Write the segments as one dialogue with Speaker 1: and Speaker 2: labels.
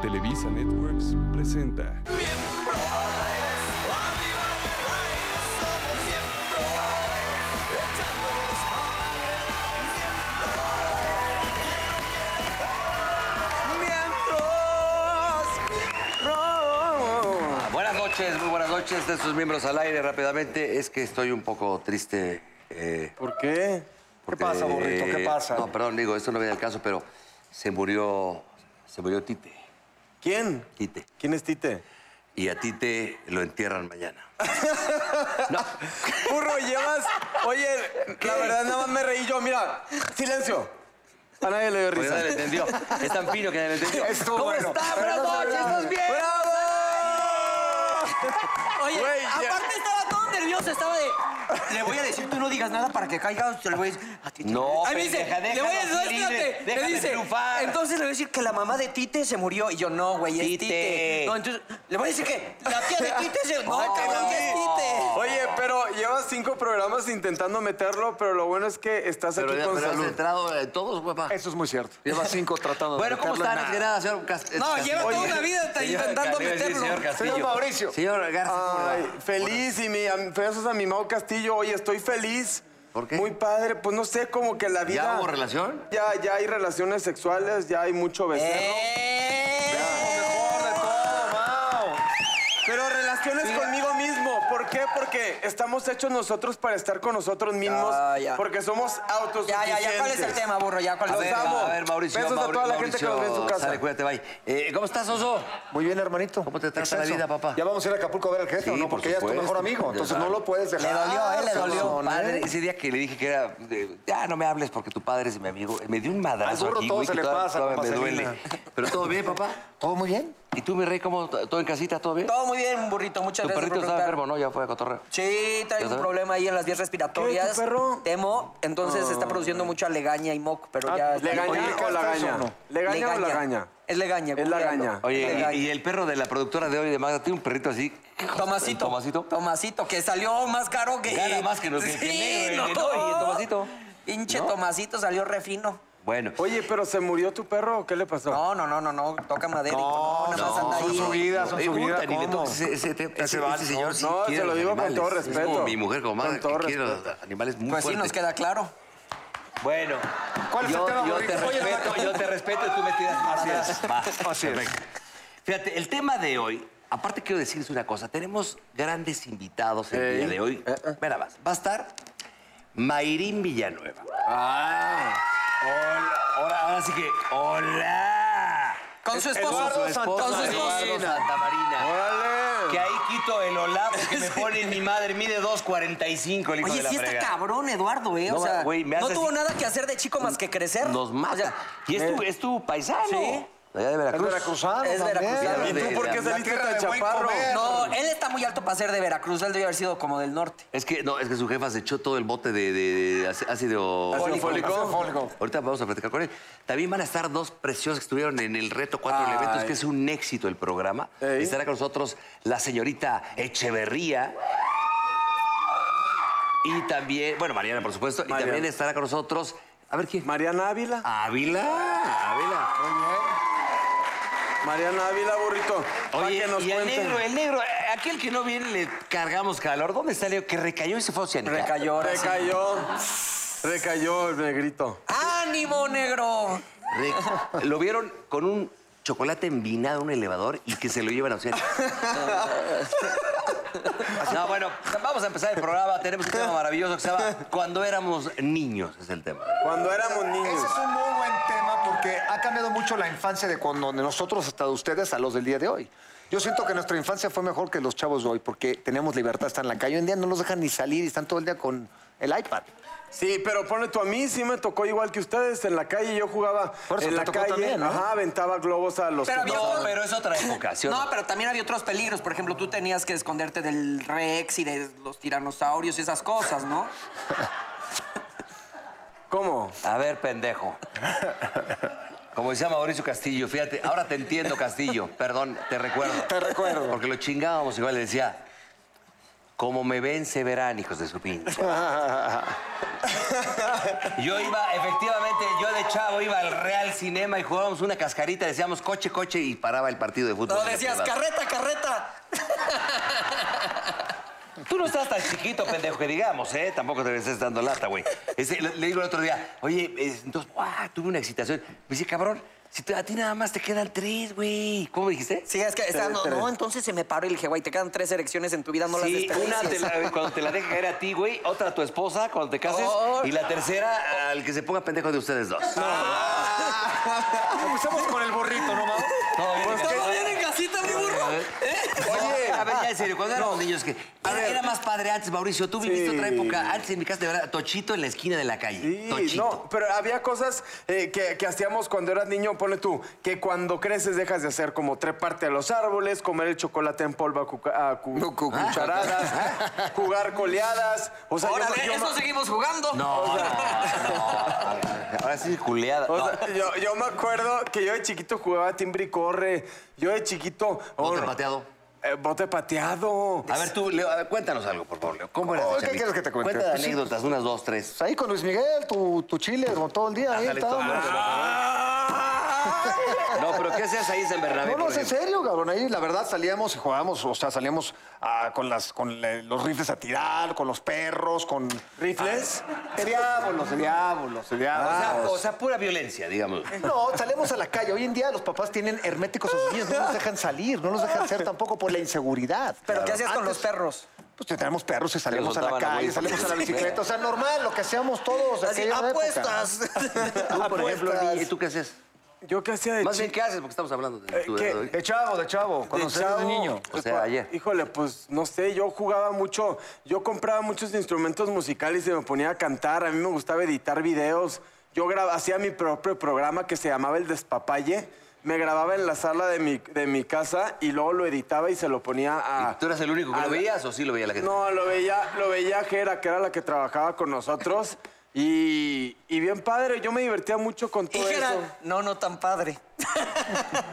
Speaker 1: Televisa Networks presenta.
Speaker 2: Ah, Buenas noches, muy buenas noches. De sus miembros al aire rápidamente. Es que estoy un poco triste. eh,
Speaker 3: ¿Por qué? ¿Qué
Speaker 2: porque-
Speaker 3: pasa, burrito? ¿Qué pasa?
Speaker 2: No, perdón, digo, esto no viene al caso, pero se murió, se murió Tite.
Speaker 3: ¿Quién?
Speaker 2: Tite.
Speaker 3: ¿Quién es Tite?
Speaker 2: Y a Tite lo entierran mañana. No,
Speaker 3: Burro, llevas. Oye, la verdad nada más me reí yo. Mira, silencio. A nadie le dio
Speaker 2: porque
Speaker 3: risa.
Speaker 2: Pues nadie lo entendió. Es tan fino que nadie lo entendió.
Speaker 3: Estuvo
Speaker 2: ¿Cómo
Speaker 3: bueno.
Speaker 2: está?
Speaker 3: Pero
Speaker 2: Buenas
Speaker 3: no se
Speaker 2: noches,
Speaker 3: hablaba.
Speaker 2: ¿estás bien?
Speaker 3: ¡Bravo!
Speaker 4: Oye,
Speaker 3: Güey, ya-
Speaker 4: aparte estaba todo nervioso, estaba de. Le voy a decir, tú no digas nada para que caiga. Se lo voy a decir. A ti,
Speaker 2: No,
Speaker 4: Ahí me dice,
Speaker 2: pendeja,
Speaker 4: le voy a
Speaker 2: déjalo
Speaker 4: decir,
Speaker 2: libre,
Speaker 4: espérate. Le
Speaker 2: déjalo
Speaker 4: dice,
Speaker 2: triunfar.
Speaker 4: entonces le voy a decir que la mamá de Tite se murió. Y yo, no, güey, es
Speaker 2: Tite.
Speaker 4: Tite. No, entonces, le voy a decir que la tía de Tite se. No, cabrón, que es Tite.
Speaker 3: Oye, pero llevas cinco programas intentando meterlo, pero lo bueno es que estás
Speaker 2: Pero
Speaker 3: aquí
Speaker 2: ya
Speaker 3: con
Speaker 2: pero has
Speaker 3: salud.
Speaker 2: entrado eh, todos, papá.
Speaker 5: Eso es muy cierto. Lleva cinco tratando
Speaker 2: Bueno, ¿cómo
Speaker 5: meterla
Speaker 2: están? Antes
Speaker 5: en nada.
Speaker 2: que nada, señor Cas-
Speaker 4: No,
Speaker 2: Castillo.
Speaker 4: lleva toda
Speaker 2: Oye,
Speaker 4: una vida está
Speaker 2: señor
Speaker 4: intentando
Speaker 2: Castillo, sí,
Speaker 4: meterlo.
Speaker 2: Señor Castillo.
Speaker 5: Señor Mauricio.
Speaker 2: Señor Garza. ¿cómo le
Speaker 3: Ay,
Speaker 2: va?
Speaker 3: feliz y mi, am- besos a mi Mau Castillo. Oye, estoy feliz.
Speaker 2: ¿Por qué?
Speaker 3: Muy padre. Pues no sé, como que la vida...
Speaker 2: hubo relación?
Speaker 3: Ya, ya hay relaciones sexuales, ya hay mucho becerro.
Speaker 4: ¡Eh!
Speaker 3: mejor de todo, Mau. Pero relaciones conmigo mismo. ¿Por qué? Porque estamos hechos nosotros para estar con nosotros mismos.
Speaker 4: Ya, ya.
Speaker 3: Porque somos
Speaker 4: Ya,
Speaker 3: autosuficientes.
Speaker 4: ya, ya. ¿Cuál es el tema, burro? Ya, ¿cuál es
Speaker 2: A
Speaker 3: Los
Speaker 4: el
Speaker 2: ver,
Speaker 4: tema?
Speaker 3: amo.
Speaker 2: a ver, Mauricio.
Speaker 3: Besos a
Speaker 2: Mauri-
Speaker 3: toda la gente que nos ve en su
Speaker 2: Mauricio,
Speaker 3: casa.
Speaker 2: Sale, cuídate, bye. Eh, ¿Cómo estás, Oso?
Speaker 5: Muy bien, hermanito.
Speaker 2: ¿Cómo te trata la
Speaker 5: Excelso.
Speaker 2: vida, papá?
Speaker 5: Ya vamos a ir a Acapulco a ver al jefe,
Speaker 2: Sí,
Speaker 5: ¿o ¿no?
Speaker 2: por
Speaker 5: Porque ella es tu
Speaker 2: supuesto. Ah,
Speaker 5: mejor amigo, entonces no lo puedes dejar.
Speaker 4: Le dolió, ¿eh? Le dolió.
Speaker 5: Cabrón,
Speaker 2: Padre,
Speaker 5: ¿eh?
Speaker 2: ese día que le dije que era. de, ya no me hables porque tu padre es mi amigo. Me dio un madrazo.
Speaker 5: Al burro
Speaker 2: aquí,
Speaker 5: todo
Speaker 2: güey,
Speaker 5: se
Speaker 2: que
Speaker 5: le
Speaker 2: todavía-
Speaker 5: pasa
Speaker 2: todavía
Speaker 5: con
Speaker 2: me duele.
Speaker 5: vaselina.
Speaker 2: Pero todo bien, papá.
Speaker 5: ¿Todo muy bien?
Speaker 2: ¿Y tú, mi rey, cómo? ¿Todo en casita? ¿Todo bien?
Speaker 4: Todo oh, muy bien, burrito. Muchas
Speaker 2: Tu
Speaker 4: gracias.
Speaker 2: perrito
Speaker 4: por
Speaker 2: estaba
Speaker 4: preguntar.
Speaker 2: enfermo, ¿no? Ya fue a cotorreo.
Speaker 4: Sí, trae
Speaker 2: ¿Ya
Speaker 4: un
Speaker 2: sabe?
Speaker 4: problema ahí en las vías respiratorias.
Speaker 3: ¿Qué, tu perro?
Speaker 4: Temo, entonces está produciendo mucha legaña y moco, pero ya...
Speaker 3: Ah,
Speaker 4: está-
Speaker 3: ¿Legaña
Speaker 4: Oye,
Speaker 3: o lagaña?
Speaker 5: no?
Speaker 3: ¿Legaña, o lagaña?
Speaker 4: Es legaña.
Speaker 3: Es lagaña.
Speaker 2: Oye,
Speaker 4: Legaña.
Speaker 2: y, y el perro de la productora de hoy de Magda tiene un perrito así.
Speaker 4: Tomasito.
Speaker 2: Tomasito.
Speaker 4: Tomasito, que salió más caro que...
Speaker 2: Gana más que los que-
Speaker 4: Sí,
Speaker 2: que el negro,
Speaker 4: no.
Speaker 2: el negro y el Tomasito.
Speaker 4: Pinche
Speaker 2: ¿No?
Speaker 4: Tomasito salió refino.
Speaker 2: Bueno.
Speaker 3: Oye, pero ¿se murió tu perro o qué le pasó?
Speaker 4: No, no, no, no, no. Toca madera. No, nada más anda
Speaker 5: Son
Speaker 4: ahí.
Speaker 5: subidas, son
Speaker 2: Eh,
Speaker 5: subidas.
Speaker 2: puta, ni le
Speaker 5: ¿cómo?
Speaker 2: toques ese, ese tema. Ese- ese señor sí
Speaker 3: No,
Speaker 2: quiere
Speaker 3: se lo
Speaker 2: los
Speaker 3: digo con
Speaker 2: animales.
Speaker 3: todo
Speaker 2: Es como
Speaker 3: respeto.
Speaker 2: mi mujer como madre
Speaker 3: Con todo
Speaker 2: que quiere los
Speaker 3: respeto.
Speaker 2: animales muy
Speaker 4: Pues sí,
Speaker 2: fuerte.
Speaker 4: nos queda claro.
Speaker 2: Bueno.
Speaker 5: ¿Cuál es el
Speaker 2: yo,
Speaker 5: tema,
Speaker 2: Yo te
Speaker 5: Mauricio? Oye,
Speaker 2: respeto,
Speaker 5: Maca.
Speaker 2: yo te respeto y tú me tiras para atrás. Va,
Speaker 5: Así es.
Speaker 2: perfecto. Fíjate, el tema de hoy, aparte quiero decirles una cosa, tenemos grandes invitados el día de hoy.
Speaker 4: Eh,
Speaker 2: Mira, más, va a estar Mayrín Villanueva.
Speaker 5: Ah,
Speaker 2: Hola, hola, ahora sí que, hola.
Speaker 4: Con su esposo.
Speaker 2: Con su esposa,
Speaker 4: Con su esposo.
Speaker 2: Eduardo Santa Marina.
Speaker 3: ¡Órale!
Speaker 2: Que ahí quito el hola porque me pone mi madre, mide 2.45 el hijo de
Speaker 4: Oye,
Speaker 2: la
Speaker 4: sí está
Speaker 2: fregada.
Speaker 4: cabrón, Eduardo, ¿eh?
Speaker 2: No,
Speaker 4: o sea,
Speaker 2: güey, me
Speaker 4: no
Speaker 2: hace
Speaker 4: tuvo
Speaker 2: así.
Speaker 4: nada que hacer de chico más que crecer.
Speaker 2: Nos mata.
Speaker 4: O sea, eh.
Speaker 2: y es tu, es tu paisano.
Speaker 4: Sí.
Speaker 2: Allá de
Speaker 5: es
Speaker 2: Veracruz.
Speaker 5: veracruzano
Speaker 4: Es
Speaker 5: también.
Speaker 4: veracruzano.
Speaker 3: ¿Y tú por qué
Speaker 2: La
Speaker 3: saliste
Speaker 5: cara
Speaker 3: tan
Speaker 5: de buen
Speaker 3: chaparro?
Speaker 5: comer.
Speaker 4: no, él está muy alto para ser de Veracruz, él debe haber sido como del norte.
Speaker 2: Es que, no, es que su jefa se echó todo el bote de, de- de ac- ácido...
Speaker 3: ¿Ácido fólico?
Speaker 2: Ácido fólico. Ahorita vamos a platicar con él. También van a estar dos preciosos que estuvieron en el reto Cuatro
Speaker 3: Ay.
Speaker 2: Elementos, que es un éxito el programa.
Speaker 3: Ey.
Speaker 2: Estará con nosotros la señorita Echeverría. Y también, bueno, Mariana, por supuesto. Y
Speaker 3: Mariana.
Speaker 2: también estará con nosotros, a ver quién.
Speaker 3: Mariana Ávila.
Speaker 2: Ávila. Ávila.
Speaker 3: Mariana Ávila, burrito. para
Speaker 2: Oye,
Speaker 3: que nos
Speaker 2: y el
Speaker 3: cuenten.
Speaker 2: negro, el negro, eh, aquel que no viene le cargamos calor. ¿Dónde está Leo? Que recayó y se fue a Oceánica.
Speaker 4: Recayó. ahora sí.
Speaker 3: Recayó. Recayó el negrito.
Speaker 4: ¡Ánimo, negro!
Speaker 2: Re- lo vieron con un chocolate envinado en un elevador y que se lo llevan a Oceánica. no, bueno, vamos a empezar el programa. Tenemos un tema maravilloso que se llama Cuando éramos niños, es el tema.
Speaker 3: Cuando éramos niños.
Speaker 5: Ese es un muy buen tema porque ha cambiado mucho la infancia de cuando de nosotros hasta de ustedes a los del día de hoy. Yo siento que nuestra infancia fue mejor que los chavos de hoy porque tenemos libertad, están en la calle. Hoy en día no nos dejan ni salir y están todo el día con el iPad.
Speaker 3: Sí, pero ponle tú a mí, sí me tocó igual que ustedes. En la calle yo jugaba.
Speaker 5: Por eso
Speaker 3: en
Speaker 5: te
Speaker 3: la
Speaker 5: tocó
Speaker 3: calle.
Speaker 5: también, ¿no?
Speaker 3: Ajá, aventaba globos a los.
Speaker 4: Pero había
Speaker 3: No,
Speaker 4: otros-
Speaker 2: pero es otra época, ¿sí o no?
Speaker 4: No, pero también había otros peligros. Por ejemplo, tú tenías que esconderte del Rex y de los tiranosaurios y esas cosas, ¿no?
Speaker 3: ¿Cómo?
Speaker 2: A ver, pendejo. Como decía Mauricio Castillo, fíjate, ahora te entiendo, Castillo. Perdón, te recuerdo. Te recuerdo. Porque lo chingábamos igual, le decía, como me ven, se verán, hijos de su pinche. yo iba, efectivamente, Yo de chavo iba al Real Cinema y jugábamos una cascarita, decíamos coche, coche y paraba el partido de fútbol. Este
Speaker 4: No, decías, carreta, carreta.
Speaker 2: Tú no estás tan chiquito, pendejo, que digamos, ¿eh? Tampoco te estés dando lata, güey. Este, le, le digo el otro día, oye, es- entonces, ¡buah! Tuve una excitación. Me dice, cabrón, si te- a ti nada más te quedan tres, güey. ¿Cómo me dijiste?
Speaker 4: Sí, es que estaba, no, no, entonces se me paró y le dije, güey, te quedan tres erecciones en tu vida, no las
Speaker 2: Sí, una
Speaker 4: desperdicies.
Speaker 2: te la- cuando te la deje caer a ti, güey, otra a tu esposa cuando te cases, y la tercera al que se ponga pendejo de ustedes dos.
Speaker 5: Empezamos con el borrito, ¿no, Mau?
Speaker 2: Todo bien.
Speaker 4: ¿Todo bien Pues en casita, mi burro?
Speaker 2: Oye, a ver, ya en serio, cuando éramos niños que era, era más padre antes, Mauricio, tú viviste otra época. Antes en mi casa de verdad, Tochito en la esquina de la calle.
Speaker 3: Sí,
Speaker 2: tochito.
Speaker 3: no, pero había cosas eh, que, que hacíamos cuando eras niño, ponle tú, que cuando creces dejas de hacer como treparte a los árboles, comer el chocolate en polvo a, cuca- a cu-
Speaker 5: No, cu-
Speaker 3: cucharadas, jugar coleadas. O sea, yo-
Speaker 4: Órale,
Speaker 3: yo,
Speaker 4: eso
Speaker 3: me-
Speaker 4: seguimos jugando.
Speaker 2: No, no, no. Ahora sí, culeada.
Speaker 3: o
Speaker 2: No.
Speaker 3: sea, yo- yo me acuerdo que yo de chiquito jugaba timbre y corre. Yo de chiquito.
Speaker 2: Bote
Speaker 3: oh,
Speaker 2: pateado.
Speaker 3: eh, bote pateado.
Speaker 2: A ver, tú, Leo, a ver, cuéntanos algo, por favor, Leo. ¿Cómo eras? de
Speaker 5: Oh, ¿qué
Speaker 2: chavito?
Speaker 5: quieres que te cuente?
Speaker 2: Cuenta de
Speaker 5: Pues sí.
Speaker 2: anécdotas, unas dos, tres.
Speaker 5: Ahí con Luis Miguel, tu, tu chile, con todo el día. Ahí
Speaker 2: Ándale, todo.
Speaker 5: está.
Speaker 2: No, pero ¿qué hacías ahí en San Bernabé?
Speaker 5: No, no,
Speaker 2: por
Speaker 5: es en
Speaker 2: ejemplo?
Speaker 5: serio, cabrón. Ahí la verdad salíamos y jugábamos, o sea, salíamos ah, con, las, con le- los rifles a tirar, con los perros, con... Ah,
Speaker 3: ¿Rifles?
Speaker 5: De diábolos, de diábolos, de
Speaker 2: O sea,
Speaker 5: diábolos.
Speaker 2: o sea, pura violencia, digamos.
Speaker 5: No, salíamos a la calle. Hoy en día los papás tienen herméticos a sus niños, no los dejan salir, no los dejan hacer tampoco por la inseguridad.
Speaker 4: ¿Pero qué hacías con los
Speaker 5: Antes,
Speaker 4: perros?
Speaker 5: Pues tenemos perros y salimos
Speaker 2: los
Speaker 5: a la
Speaker 2: daban a
Speaker 5: calle,
Speaker 2: güey,
Speaker 5: salimos a la
Speaker 2: porque-
Speaker 5: bicicleta. O sea, normal, lo que hacíamos todos. de
Speaker 4: Así,
Speaker 5: aquella época.
Speaker 4: apuestas.
Speaker 2: Tú, por ejemplo,
Speaker 5: Apuestas.
Speaker 2: Luis, ¿y tú qué haces?
Speaker 3: Yo qué hacía de
Speaker 2: Más
Speaker 3: chiquito.
Speaker 2: bien, ¿qué haces? Porque estamos hablando de
Speaker 3: Eh,
Speaker 2: tu
Speaker 3: ¿qué?
Speaker 2: edad.
Speaker 5: De chavo, de chavo. Cuando
Speaker 3: de
Speaker 5: se eres
Speaker 3: chavo,
Speaker 5: niño.
Speaker 2: O
Speaker 3: pues,
Speaker 2: sea,
Speaker 3: cua-
Speaker 2: ayer.
Speaker 3: Híjole, pues no sé, yo jugaba mucho, yo compraba muchos instrumentos musicales y me ponía a cantar, a mí me gustaba editar videos, yo grab- hacía mi propio programa que se llamaba El Despapalle, me grababa en la sala de mi, de mi casa y luego lo editaba y se lo ponía a...
Speaker 2: ¿Y ¿Tú eras el único que
Speaker 3: a
Speaker 2: lo
Speaker 3: la-
Speaker 2: veías o sí lo veía la gente?
Speaker 3: No, lo veía, lo veía a Jera, que era la que trabajaba con nosotros. Y, y bien padre, yo me divertía mucho con todo eso.
Speaker 4: Dijera, no, no tan padre.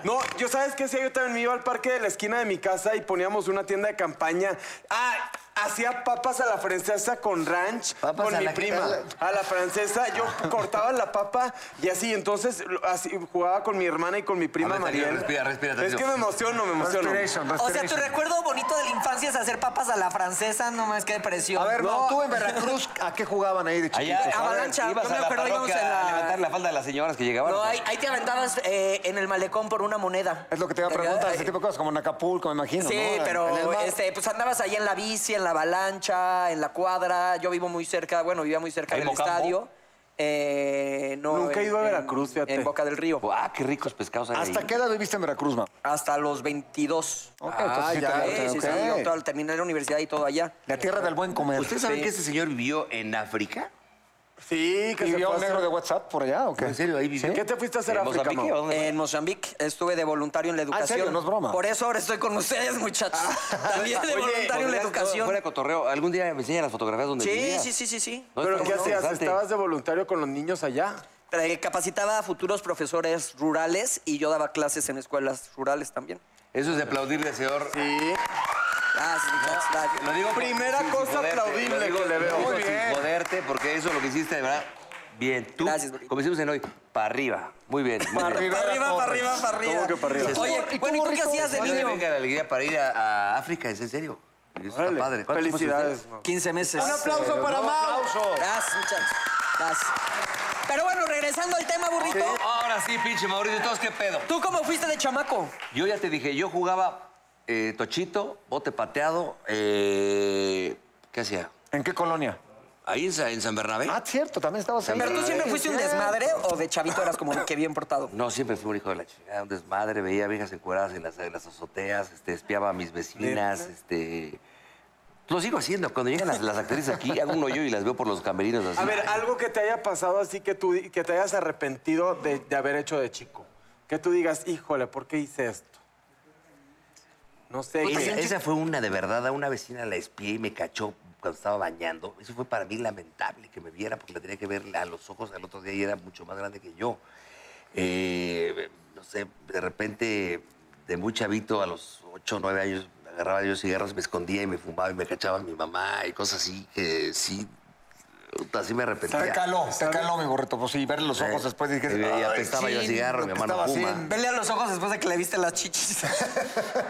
Speaker 3: No, yo sabes qué hacía, yo también me iba al parque de la esquina de mi casa y poníamos una tienda de campaña. Ah, hacía papas a la francesa con ranch
Speaker 2: Papas
Speaker 3: con
Speaker 2: a
Speaker 3: mi
Speaker 2: la-
Speaker 3: prima. A la francesa, yo cortaba la papa y así, entonces lo- así, jugaba con mi hermana y con mi prima
Speaker 2: ver, Darío,
Speaker 3: Mariel.
Speaker 2: respira, respira,
Speaker 3: Es
Speaker 2: Darío.
Speaker 3: que me emociono, me emociono.
Speaker 5: Respiration,
Speaker 4: O sea, tu
Speaker 5: respiration.
Speaker 4: recuerdo bonito de la infancia es hacer papas a la francesa, no más que depresión.
Speaker 5: A ver,
Speaker 4: no.
Speaker 5: Mau, tú en Veracruz, ¿a qué jugaban ahí de chiquito?
Speaker 2: Allá,
Speaker 4: avalancha,
Speaker 2: ibas
Speaker 4: yo me
Speaker 2: a la
Speaker 4: acuerdo, íbamos
Speaker 2: parroquia
Speaker 4: en la-
Speaker 2: a levantar la falda de las señoras que llegaban.
Speaker 4: No,
Speaker 5: pues.
Speaker 4: ahí, ahí te aventabas eh, en el malecón por una moneda.
Speaker 5: Es lo que te iba a preguntar,
Speaker 4: Eh,
Speaker 5: ese tipo de cosas, como en Acapulco, me imagino.
Speaker 4: Sí,
Speaker 5: ¿no? En el
Speaker 4: pero
Speaker 5: mar.
Speaker 4: este, pues andabas ahí en la bici, en la avalancha, en la cuadra. Yo vivo muy cerca, bueno, vivía muy cerca
Speaker 2: ¿Ahí
Speaker 4: del
Speaker 2: Mocambo?
Speaker 4: estadio. Eh, no,
Speaker 3: Nunca he
Speaker 4: en-
Speaker 3: ido a
Speaker 4: en-
Speaker 3: Veracruz, fíjate.
Speaker 4: En Boca del Río.
Speaker 2: Ah, qué ricos pescados hay
Speaker 5: ¿Hasta
Speaker 2: ahí.
Speaker 5: qué edad viviste en Veracruz, Mau?
Speaker 4: Hasta los 22.
Speaker 5: Ok,
Speaker 3: Ah,
Speaker 5: entonces sí te
Speaker 3: ya,
Speaker 5: la-
Speaker 4: Sí,
Speaker 5: te-
Speaker 4: sí, sí,
Speaker 5: ok.
Speaker 4: yo todo- terminé la universidad y todo allá.
Speaker 5: La tierra del buen comer.
Speaker 2: ¿Ustedes saben que este señor vivió en África?
Speaker 3: Sí, que
Speaker 5: ¿Y
Speaker 3: se
Speaker 5: vio a
Speaker 3: fue
Speaker 5: un
Speaker 3: a
Speaker 5: negro de
Speaker 3: hacer-
Speaker 5: WhatsApp por allá o qué?
Speaker 2: ¿En serio? ¿Ahí vivió?
Speaker 3: ¿Qué te fuiste a hacer a
Speaker 2: ¿En
Speaker 3: África,
Speaker 2: Mozambique?
Speaker 3: Mau?
Speaker 2: ¿O dónde?
Speaker 4: En Mozambique estuve de voluntario en la
Speaker 5: Ah, ¿en
Speaker 4: educación.
Speaker 5: serio? No es broma.
Speaker 4: Por eso ahora estoy con ustedes, muchachos.
Speaker 3: Ah.
Speaker 4: También de
Speaker 2: Oye,
Speaker 4: voluntario en la
Speaker 2: podrías-
Speaker 4: educación.
Speaker 2: Fuera de cotorreo, algún día me enseñan las fotografías donde
Speaker 4: Sí,
Speaker 2: vivías.
Speaker 4: sí, sí, sí, sí.
Speaker 2: No,
Speaker 3: ¿Pero
Speaker 2: está
Speaker 3: qué
Speaker 2: muy
Speaker 3: hacías?
Speaker 2: interesante.
Speaker 3: ¿Estabas de voluntario con los niños allá?
Speaker 4: Tra- eh, Capacitaba a futuros profesores rurales y yo daba clases en escuelas rurales también.
Speaker 2: Eso es de aplaudirle, señor.
Speaker 3: Sí.
Speaker 4: Ah, sí, gracias.
Speaker 2: Lo digo
Speaker 3: Primera
Speaker 2: sin- sin
Speaker 3: cosa
Speaker 2: joderte,
Speaker 3: aplaudible
Speaker 2: lo digo-
Speaker 3: que le
Speaker 2: lo
Speaker 3: veo.
Speaker 2: digo
Speaker 3: Muy
Speaker 2: sin
Speaker 3: bien.
Speaker 2: joderte, porque eso es lo que hiciste, de verdad. Bien, tú.
Speaker 4: Gracias, Burrito.
Speaker 2: Como decimos en hoy, para arriba. Muy bien. Muy
Speaker 5: Para
Speaker 2: bien.
Speaker 5: arriba,
Speaker 4: Para arriba,
Speaker 5: Torres.
Speaker 4: para arriba, para arriba.
Speaker 3: ¿Cómo que para arriba?
Speaker 4: Oye,
Speaker 5: ¿Y tú,
Speaker 4: bueno, ¿y tú qué
Speaker 5: Rito?
Speaker 4: hacías de
Speaker 2: Padre,
Speaker 4: niño?
Speaker 2: venga la alegría para ir a, a África, es en serio. Eso Está
Speaker 3: Órale,
Speaker 2: padre. ¿Cuántos
Speaker 3: Felicidades.
Speaker 2: fuiste?
Speaker 3: Mau.
Speaker 4: 15 meses.
Speaker 5: Un aplauso para Mau.
Speaker 4: Gracias, muchachos. Gracias. Pero bueno, regresando al tema, burrito.
Speaker 2: Ahora sí, pinche Mauricio, entonces qué pedo.
Speaker 4: ¿Tú cómo fuiste de chamaco?
Speaker 2: Yo ya te dije, yo jugaba eh, tochito, bote pateado, eh, ¿qué hacía?
Speaker 5: ¿En qué colonia?
Speaker 2: Ahí en, Sa- en San Bernabé.
Speaker 5: Ah, cierto, también estabas ahí.
Speaker 4: ¿Pero tú siempre fuiste un desmadre o de chavito eras como que bien portado?
Speaker 2: No, siempre fui un hijo de la chingada, un desmadre, veía viejas encueradas en las, en las azoteas, este, espiaba a mis vecinas, este... Lo sigo haciendo, cuando llegan las, las actrices aquí, hago un hoyo y las veo por los camerinos así.
Speaker 3: A ver, algo que te haya pasado así que tú di- que te hayas arrepentido de, de haber hecho de chico. Que tú digas, híjole, ¿por qué hice esto? No sé.
Speaker 2: Esa-
Speaker 3: que-
Speaker 2: esa fue una de verdad, a una vecina la espié y me cachó cuando estaba bañando. Eso fue para mí lamentable que me viera porque la tenía que ver a los ojos al otro día y era mucho más grande que yo. Eh, no sé, de repente, de muy chavito, a los 8 o 9 años, agarraba yo cigarros, me escondía y me fumaba y me cachaba mi mamá y cosas así que sí Puta, Así me arrepentía.
Speaker 5: Te caló, te caló, mi gorrito. Pues sí, verle los ojos después dije.
Speaker 2: Y- y
Speaker 5: "Ay,
Speaker 2: apestaba yo a
Speaker 5: chin,
Speaker 2: cigarro,
Speaker 5: lo
Speaker 2: mi
Speaker 5: que
Speaker 2: hermano
Speaker 5: estaba
Speaker 2: fuma".
Speaker 5: haciendo".
Speaker 4: Verle a los ojos después de que le viste las chichis.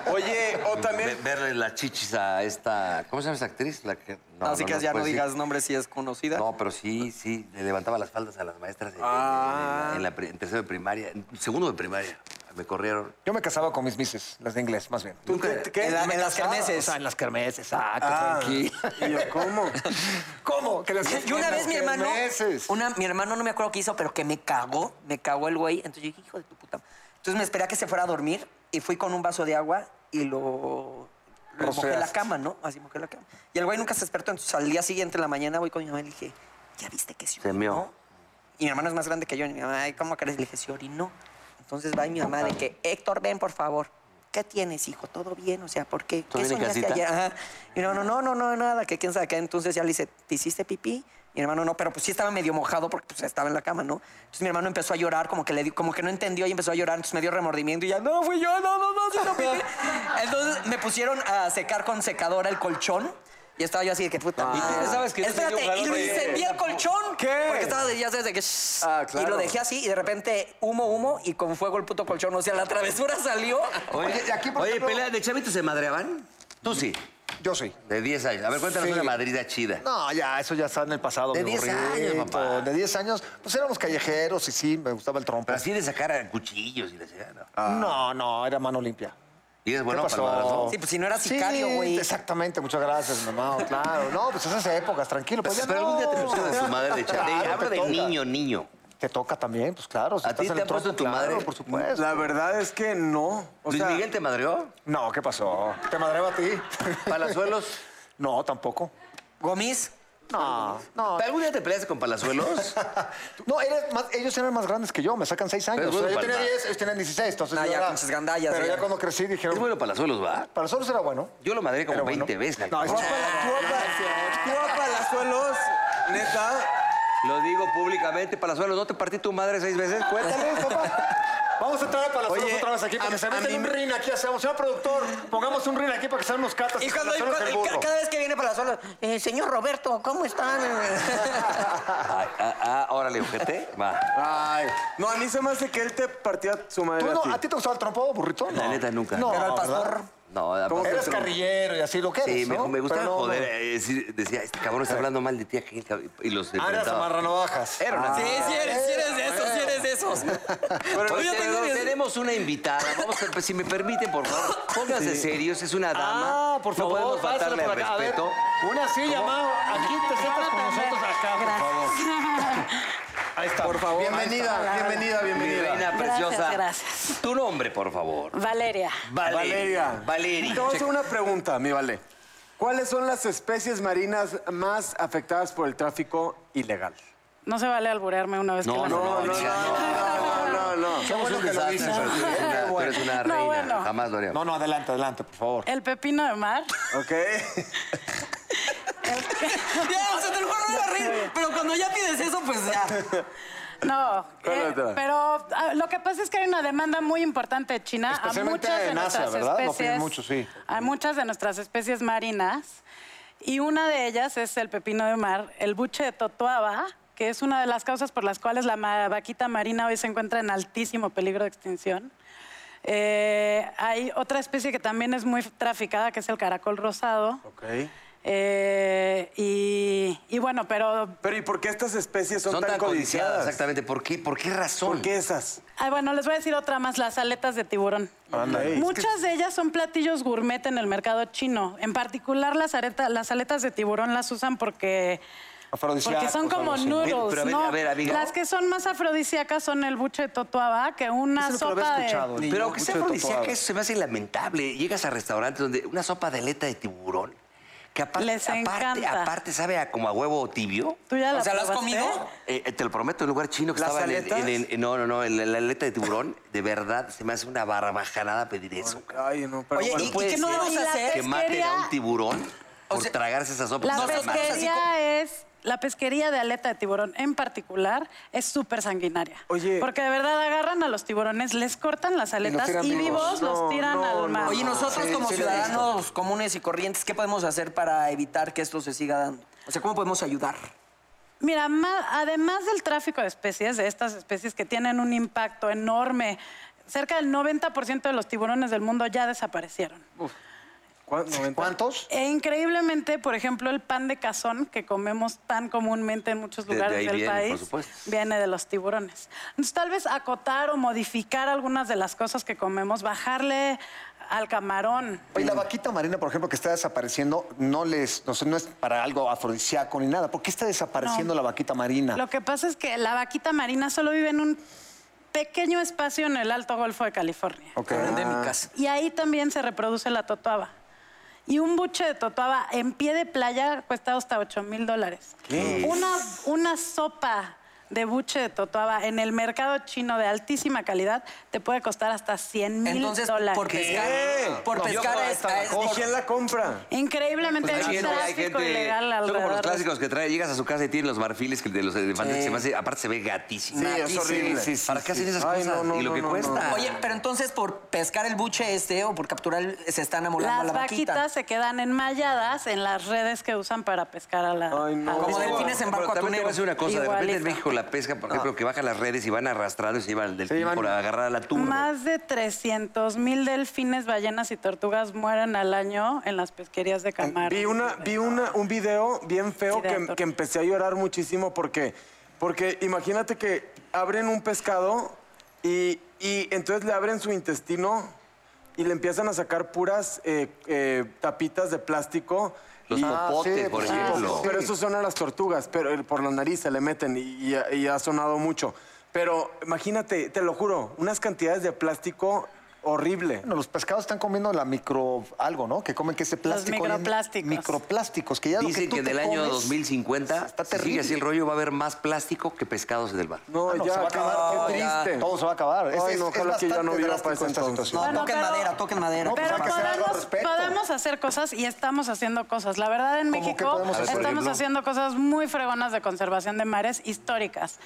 Speaker 3: Oye, o
Speaker 2: Ve-
Speaker 3: también.
Speaker 2: verle las chichis a esta. ¿Cómo se llama esa actriz? La que- no,
Speaker 4: Así que ya no
Speaker 2: pues sí.
Speaker 4: digas nombres si es conocida.
Speaker 2: No, pero sí, sí, le levantaba las faldas a las maestras en, en- en
Speaker 4: Ah.
Speaker 2: la- en la pri- en tercero de primaria, en segundo de primaria. Me corrieron.
Speaker 5: Yo me casaba con mis mises, las de inglés, más bien.
Speaker 3: ¿Tú te- qué?
Speaker 4: En, la- en las
Speaker 5: O
Speaker 4: carneses.
Speaker 5: sea, en las kermeses. Ah, qué
Speaker 3: Ah,
Speaker 5: tranquilo.
Speaker 3: y yo, ¿Cómo?
Speaker 5: ¿Cómo? Que las-
Speaker 4: Y una
Speaker 5: en
Speaker 4: vez
Speaker 5: las
Speaker 4: mi hermano,
Speaker 5: kermeses.
Speaker 4: una, mi hermano no me acuerdo qué hizo, pero que me cagó, me cagó el güey. Entonces yo dije, hijo de tu puta. madre". Entonces me esperé a que se fuera a dormir y fui con un vaso de agua y lo, lo mojé
Speaker 5: Rociaste.
Speaker 4: la cama, ¿no? Así mojé la cama. Y el güey nunca se despertó. Entonces al día siguiente, en la mañana, voy con mi mamá y le dije, ¿ya viste que se
Speaker 2: Se meó.
Speaker 4: orinó? Y mi hermano es más grande que yo. Y mi mamá, "Ay, ¿cómo crees? Le dije, se orinó. Entonces va y mi mamá de que, Héctor, ven, por favor. ¿Qué tienes, hijo? ¿Todo bien? O sea, ¿por qué?
Speaker 2: ¿Todo
Speaker 4: ¿Qué
Speaker 2: bien en
Speaker 4: soñaste
Speaker 2: casita?
Speaker 4: ayer? Ajá. Y no, no, no, no, no, nada, que quién sabe qué. Entonces ya le dice, ¿te hiciste pipí? Mi hermano no, pero pues sí estaba medio mojado porque pues estaba en la cama, ¿no? Entonces mi hermano empezó a llorar, como que le di- como que no entendió y empezó a llorar, entonces me dio remordimiento y ya, no, fui yo, no, no, no, sí, no, pipí. Entonces me pusieron a secar con secadora el colchón y estaba yo así de que puta.
Speaker 2: Ah.
Speaker 4: madre.
Speaker 6: Ah, sabes que eso sí
Speaker 4: Espérate,
Speaker 6: dio
Speaker 4: y
Speaker 6: ganas
Speaker 4: lo
Speaker 6: de-
Speaker 4: incendié el colchón.
Speaker 3: ¿Qué?
Speaker 4: Porque estaba de, ya sabes de que shh,
Speaker 3: Ah, claro.
Speaker 4: Y lo dejé así y de repente humo, humo y con fuego el puto colchón. O sea, la travesura salió.
Speaker 2: Oye,
Speaker 5: y aquí, por
Speaker 2: oye,
Speaker 5: ejemplo-
Speaker 2: pelea de chavitos se madreaban. Tú sí,
Speaker 5: Yo sí.
Speaker 2: de 10 años. A ver, cuéntanos
Speaker 5: Sí.
Speaker 2: una madrida chida.
Speaker 5: No, ya, eso ya está en el pasado.
Speaker 2: De
Speaker 5: mi
Speaker 2: 10 años,
Speaker 5: gorrito.
Speaker 2: papá.
Speaker 5: De 10 años, pues éramos callejeros y sí, me gustaba el trompo.
Speaker 2: Pero así de sacar a cuchillos y la ciudad, ¿no?
Speaker 5: No, no, era mano limpia.
Speaker 2: Y es
Speaker 5: ¿Qué
Speaker 2: bueno para el
Speaker 5: pasó?
Speaker 2: madrazo.
Speaker 4: Sí, pues si no era sicario,
Speaker 5: Sí,
Speaker 4: güey.
Speaker 5: Exactamente, muchas gracias, mamá. Claro, no, pues esas épocas, tranquilo. Pues, ya
Speaker 2: Pero algún día te
Speaker 5: no.
Speaker 2: pusieron de su madre de chaval.
Speaker 5: Claro,
Speaker 2: Hablo
Speaker 5: te
Speaker 2: de
Speaker 5: toca.
Speaker 2: niño, niño.
Speaker 5: Te toca también, pues claro. si
Speaker 2: ¿A
Speaker 5: estás
Speaker 2: ti
Speaker 5: en
Speaker 2: te ha
Speaker 5: el
Speaker 2: puesto
Speaker 5: trompo,
Speaker 2: tu
Speaker 5: claro,
Speaker 2: madre?
Speaker 5: Por supuesto.
Speaker 2: pues.
Speaker 3: La verdad es que no. O
Speaker 2: Luis
Speaker 3: sea,
Speaker 2: Miguel te madreó.
Speaker 5: No, ¿qué pasó? ¿Te madreba a ti?
Speaker 2: Palazuelos.
Speaker 5: No, tampoco.
Speaker 4: Gomis,
Speaker 5: No, no.
Speaker 2: ¿Algún día te peleaste con Palazuelos?
Speaker 5: No, eres más- ellos eran más grandes que yo, me sacan seis años.
Speaker 2: Pero es bueno
Speaker 5: O sea, yo
Speaker 2: para
Speaker 5: tenía
Speaker 2: el mar.
Speaker 5: 10, ellos tenían 16, entonces
Speaker 4: Ah,
Speaker 5: yo
Speaker 4: ya,
Speaker 5: era-
Speaker 4: con sus gandallas,
Speaker 5: Pero
Speaker 4: ya.
Speaker 5: ya cuando crecí
Speaker 2: es
Speaker 5: dijeron,
Speaker 2: bueno Palazuelos, ¿va?
Speaker 5: para nosotros era bueno.
Speaker 2: Yo lo madré como
Speaker 5: Pero bueno.
Speaker 2: 20 veces.
Speaker 5: No,
Speaker 3: ¿Tú a Pala- tú a Pala- tú a Palazuelos, neta?
Speaker 6: Lo digo públicamente, Palazuelos, ¿no te partí tu madre seis veces?
Speaker 5: Cuéntales, papá. Vamos a traer para las
Speaker 3: Oye,
Speaker 5: otra vez aquí para
Speaker 3: a-
Speaker 5: que se
Speaker 3: a
Speaker 5: metan
Speaker 3: mí
Speaker 5: un
Speaker 3: me-
Speaker 5: rin aquí. Hacemos, señor productor, pongamos un rin aquí para que sean unos catas.
Speaker 4: Y cuando,
Speaker 5: las horas del
Speaker 4: y ca-
Speaker 5: burro.
Speaker 4: cada vez que viene para la sola, eh, señor Roberto, ¿cómo están?
Speaker 2: Ay, ah, ah, órale, ojete. Va.
Speaker 3: Ay. No, a mí se me hace que él te partía su madre.
Speaker 5: ¿Tú no,
Speaker 3: ti.
Speaker 5: ¿A ti te gustaba el trompo, burrito?
Speaker 2: La
Speaker 5: No.
Speaker 2: neta, nunca.
Speaker 5: No,
Speaker 2: Pero
Speaker 5: al pastor.
Speaker 2: No, a
Speaker 3: ¿Cómo
Speaker 5: Eres
Speaker 3: Pero-
Speaker 5: carrillero y así lo que eres,
Speaker 2: Sí, me,
Speaker 5: ¿no?
Speaker 2: me gustaba
Speaker 5: Pero no,
Speaker 2: joder.
Speaker 5: no.
Speaker 2: eh, decir- decía, este cabrón está hablando mal de ti aquí. cab- Y los
Speaker 5: Ah, eras
Speaker 2: enfrentaba.
Speaker 5: amarranovajas.
Speaker 2: Era una-
Speaker 4: sí, sí eres, sí eres de esos, sí eres de esos.
Speaker 6: Oye,
Speaker 4: Yo tengo
Speaker 6: pero
Speaker 4: mis-
Speaker 6: tenemos una invitada. Vamos a- si me permiten, por favor, pónganse serios. Es una dama.
Speaker 5: Ah, por favor,
Speaker 6: no podemos
Speaker 5: pásala
Speaker 6: faltarle
Speaker 5: por
Speaker 6: al
Speaker 5: acá. A ver,
Speaker 6: respeto.
Speaker 5: Una silla, Mao. Aquí te sientas con nosotros acá, por favor. Ahí está. Por favor. Bienvenida, bienvenida,
Speaker 6: Mi reina preciosa.
Speaker 7: Gracias, gracias.
Speaker 6: Tu nombre, por favor.
Speaker 7: Valeria,
Speaker 3: Valeria.
Speaker 6: Valeria.
Speaker 3: Te voy a hacer una pregunta, mi Vale. ¿Cuáles son las especies marinas más afectadas por el tráfico ilegal?
Speaker 7: no se vale alburearme una vez que
Speaker 2: No,
Speaker 7: la
Speaker 2: no, no,
Speaker 7: sacaron.
Speaker 3: no, no, no.
Speaker 5: Qué bueno que lo dices.
Speaker 2: Pero tú eres una, tú eres una
Speaker 7: No,
Speaker 2: reina.
Speaker 7: bueno.
Speaker 2: Jamás lo haría.
Speaker 5: No, no, adelante, adelante, por favor.
Speaker 7: El pepino de mar.
Speaker 3: ¿Ok?
Speaker 4: Ya, o sea, te lo juro, no iba a reír, Pero cuando ya pides eso, pues ya.
Speaker 7: No, Eh,
Speaker 3: ¿Cuál otra?
Speaker 7: pero ah, lo que pasa es que hay una demanda muy importante de
Speaker 8: Ah,
Speaker 7: China a
Speaker 5: Especialmente
Speaker 7: muchas de
Speaker 5: en Asia,
Speaker 7: nuestras
Speaker 5: ¿verdad? Lo piden
Speaker 7: especies.
Speaker 5: mucho, sí.
Speaker 7: A muchas de nuestras especies marinas. Y una de ellas es el pepino de mar, el buche de totoaba, que es una de las causas por las cuales la ma- vaquita marina hoy se encuentra en altísimo peligro de extinción. Eh, hay otra especie que también es muy traficada, que es el caracol rosado.
Speaker 3: ¿Ok?
Speaker 7: Eh, y, y bueno, pero
Speaker 3: Pero ¿y por qué estas especies son,
Speaker 2: Son
Speaker 3: tan, codiciadas?
Speaker 2: Exactamente. ¿Por qué, ¿Por qué razón?
Speaker 3: ¿Por qué esas?
Speaker 7: ay, ah, bueno, les voy a decir otra más, las aletas de tiburón.
Speaker 3: Ándale.
Speaker 7: Muchas de ellas son platillos gourmet en el mercado chino. En particular, las, areta- las aletas de tiburón las usan porque, porque
Speaker 5: Afrodisíacos,
Speaker 7: son como
Speaker 5: algo así.
Speaker 7: noodles,
Speaker 6: Pero, pero a ver,
Speaker 7: ¿no?
Speaker 6: a ver, amiga.
Speaker 7: Las que son más afrodisíacas son el buche de totoaba, que una
Speaker 5: Eso nunca lo
Speaker 7: sopa
Speaker 5: había escuchado.
Speaker 7: de...
Speaker 5: Ni
Speaker 2: Pero
Speaker 5: yo
Speaker 2: aunque sea
Speaker 5: escucho de
Speaker 2: policía,
Speaker 5: todo.
Speaker 2: que eso se me hace lamentable. Llegas a restaurantes donde una sopa de aleta de tiburón, que aparte,
Speaker 7: Les
Speaker 2: aparte,
Speaker 7: encanta.
Speaker 2: aparte sabe a, como a huevo tibio.
Speaker 7: ¿Tú ya la
Speaker 4: O sea, ¿las has
Speaker 7: probaste?
Speaker 4: comido?
Speaker 2: Eh, eh, te lo prometo, el lugar chino que
Speaker 3: ¿Las
Speaker 2: estaba en el-
Speaker 3: aletas?
Speaker 2: en el, No, no, no, en la, la aleta de tiburón, de verdad, se me hace una barbajanada pedir eso. cabrón.
Speaker 3: Ay, no, pero
Speaker 4: Oye,
Speaker 3: bueno.
Speaker 4: ¿y, y qué no
Speaker 7: ser.
Speaker 4: debemos
Speaker 7: Y la
Speaker 4: hacer?
Speaker 2: Que maten a un
Speaker 7: pesquería-
Speaker 2: tiburón por
Speaker 4: sea,
Speaker 2: tragarse esa sopa.
Speaker 7: La
Speaker 2: No, no, no.
Speaker 7: pesquería es... La pesquería de aleta de tiburón en particular es súper sanguinaria.
Speaker 3: Oye.
Speaker 7: Porque de verdad agarran a los tiburones, les cortan las aletas
Speaker 5: tiran
Speaker 7: y vivos
Speaker 5: vivos.
Speaker 3: No,
Speaker 7: los tiran
Speaker 3: no, no.
Speaker 7: al mar.
Speaker 4: Oye, nosotros
Speaker 5: Sí,
Speaker 4: como
Speaker 5: sí lo he
Speaker 4: ciudadanos comunes y corrientes, ¿qué podemos hacer para evitar que esto se siga dando? O sea, ¿cómo podemos ayudar?
Speaker 7: Mira, ma- además del tráfico de especies, de estas especies que tienen un impacto enorme, cerca del 90% de los tiburones del mundo ya desaparecieron.
Speaker 3: ¿Cuá- 90?
Speaker 5: ¿Cuántos?
Speaker 7: E increíblemente, por ejemplo, el pan de cazón que comemos tan comúnmente en muchos
Speaker 9: De- de
Speaker 7: lugares
Speaker 9: ahí
Speaker 7: del
Speaker 9: viene, por
Speaker 7: país
Speaker 9: supuesto.
Speaker 7: viene de los tiburones. Entonces, tal vez acotar o modificar algunas de las cosas que comemos, bajarle al camarón.
Speaker 5: Oye, la vaquita marina, por ejemplo, que está desapareciendo, no les, no, sé, no es para algo afrodisíaco ni nada. ¿Por qué está desapareciendo
Speaker 7: No.
Speaker 5: la vaquita marina?
Speaker 7: Lo que pasa es que la vaquita marina solo vive en un pequeño espacio en el Alto Golfo de California.
Speaker 5: Ok.
Speaker 2: endémicas.
Speaker 7: Y ahí también se reproduce la totoaba. Y un buche de totoaba en pie de playa cuesta hasta 8 mil dólares. Una, una sopa de buche de totoaba en el mercado chino de altísima calidad te puede costar hasta 100 mil
Speaker 4: Entonces,
Speaker 7: dólares.
Speaker 4: por pescar, por
Speaker 2: No, yo Pues
Speaker 4: pescar
Speaker 2: creo
Speaker 4: a
Speaker 2: que
Speaker 4: esta-
Speaker 2: está
Speaker 4: a esta-
Speaker 3: ¿Y quién la compra?
Speaker 7: Increíblemente hay un
Speaker 2: Gente, hay
Speaker 7: Pues tráfico
Speaker 2: gente-
Speaker 7: ilegal
Speaker 2: Son como los
Speaker 7: alrededor. de-
Speaker 2: clásicos que trae, llegas a su casa y tienen los marfiles que- de los elefantes. se me hace- aparte se ve gatísimo.
Speaker 3: Sí, es
Speaker 2: Gatísimo.
Speaker 3: horrible.
Speaker 2: Sí, sí, ¿Para qué hacen esas
Speaker 3: Ay,
Speaker 2: cosas?
Speaker 3: no, no,
Speaker 2: y lo
Speaker 3: no,
Speaker 2: que
Speaker 3: no, no.
Speaker 2: cuesta.
Speaker 4: Oye, pero entonces por pescar el buche este o por capturar el- se están amolando a
Speaker 7: Las
Speaker 4: la vaquita.
Speaker 7: vaquitas se quedan enmalladas en las redes que usan para pescar a la.
Speaker 3: Ay, no.
Speaker 7: a la-
Speaker 4: Como delfines en
Speaker 2: Pero
Speaker 4: barco
Speaker 2: también te voy a
Speaker 4: atunero.
Speaker 2: decir una cosa. De repente en
Speaker 7: Igualito.
Speaker 2: México la pesca, por ejemplo, que bajan las redes y van arrastrando y se llevan el delfín
Speaker 5: llevan-
Speaker 2: por agarrar a la tumba.
Speaker 7: Más de 300 mil delfines, ballenas y tortugas mueren al año en las pesquerías de camarón.
Speaker 3: Vi, una, vi una, un video bien feo
Speaker 7: Video
Speaker 3: que,
Speaker 7: torpe.
Speaker 3: que empecé a llorar muchísimo porque, porque imagínate que abren un pescado y, y entonces le abren su intestino y le empiezan a sacar puras eh, eh, tapitas de plástico.
Speaker 2: Los
Speaker 3: y-
Speaker 2: popotes, por
Speaker 5: sí,
Speaker 2: ejemplo.
Speaker 5: sí.
Speaker 3: Pero eso son a las tortugas, pero eh, por la nariz se le meten y, y ha- y ha sonado mucho. Pero imagínate, te lo juro, unas cantidades de plástico horrible.
Speaker 5: Bueno, los pescados están comiendo la micro algo, ¿no? Que comen que ese plástico. hoy en-
Speaker 7: microplásticos.
Speaker 5: Microplásticos, que ya lo
Speaker 2: Dicen
Speaker 5: tú
Speaker 2: que en
Speaker 5: te
Speaker 2: el año
Speaker 5: comes-
Speaker 2: 2050,
Speaker 5: Está
Speaker 2: si sigue
Speaker 5: terrible.
Speaker 2: así el rollo, va a haber más plástico que pescados en el mar.
Speaker 3: No,
Speaker 5: Ah, no,
Speaker 3: ya,
Speaker 5: se va a
Speaker 3: qué-
Speaker 5: acabar,
Speaker 3: qué triste.
Speaker 5: Todo se va a acabar. Es-
Speaker 3: Ay, no,
Speaker 5: es- es
Speaker 3: ojalá que ya no hubiera
Speaker 5: bastante
Speaker 3: para
Speaker 5: drástico
Speaker 3: ese
Speaker 5: esta
Speaker 3: entonces.
Speaker 5: situación.
Speaker 4: No,
Speaker 7: Bueno,
Speaker 4: toquen
Speaker 7: pero-
Speaker 4: madera, toquen madera.
Speaker 5: No, pues,
Speaker 7: Pero
Speaker 5: para que se haga al
Speaker 7: podemos,
Speaker 5: respecto.
Speaker 7: podemos hacer cosas y estamos haciendo cosas. La verdad, en
Speaker 5: ¿Cómo qué
Speaker 7: México
Speaker 5: podemos hacer, por
Speaker 7: estamos
Speaker 5: ejemplo?
Speaker 7: haciendo cosas muy fregonas de conservación de mares históricas.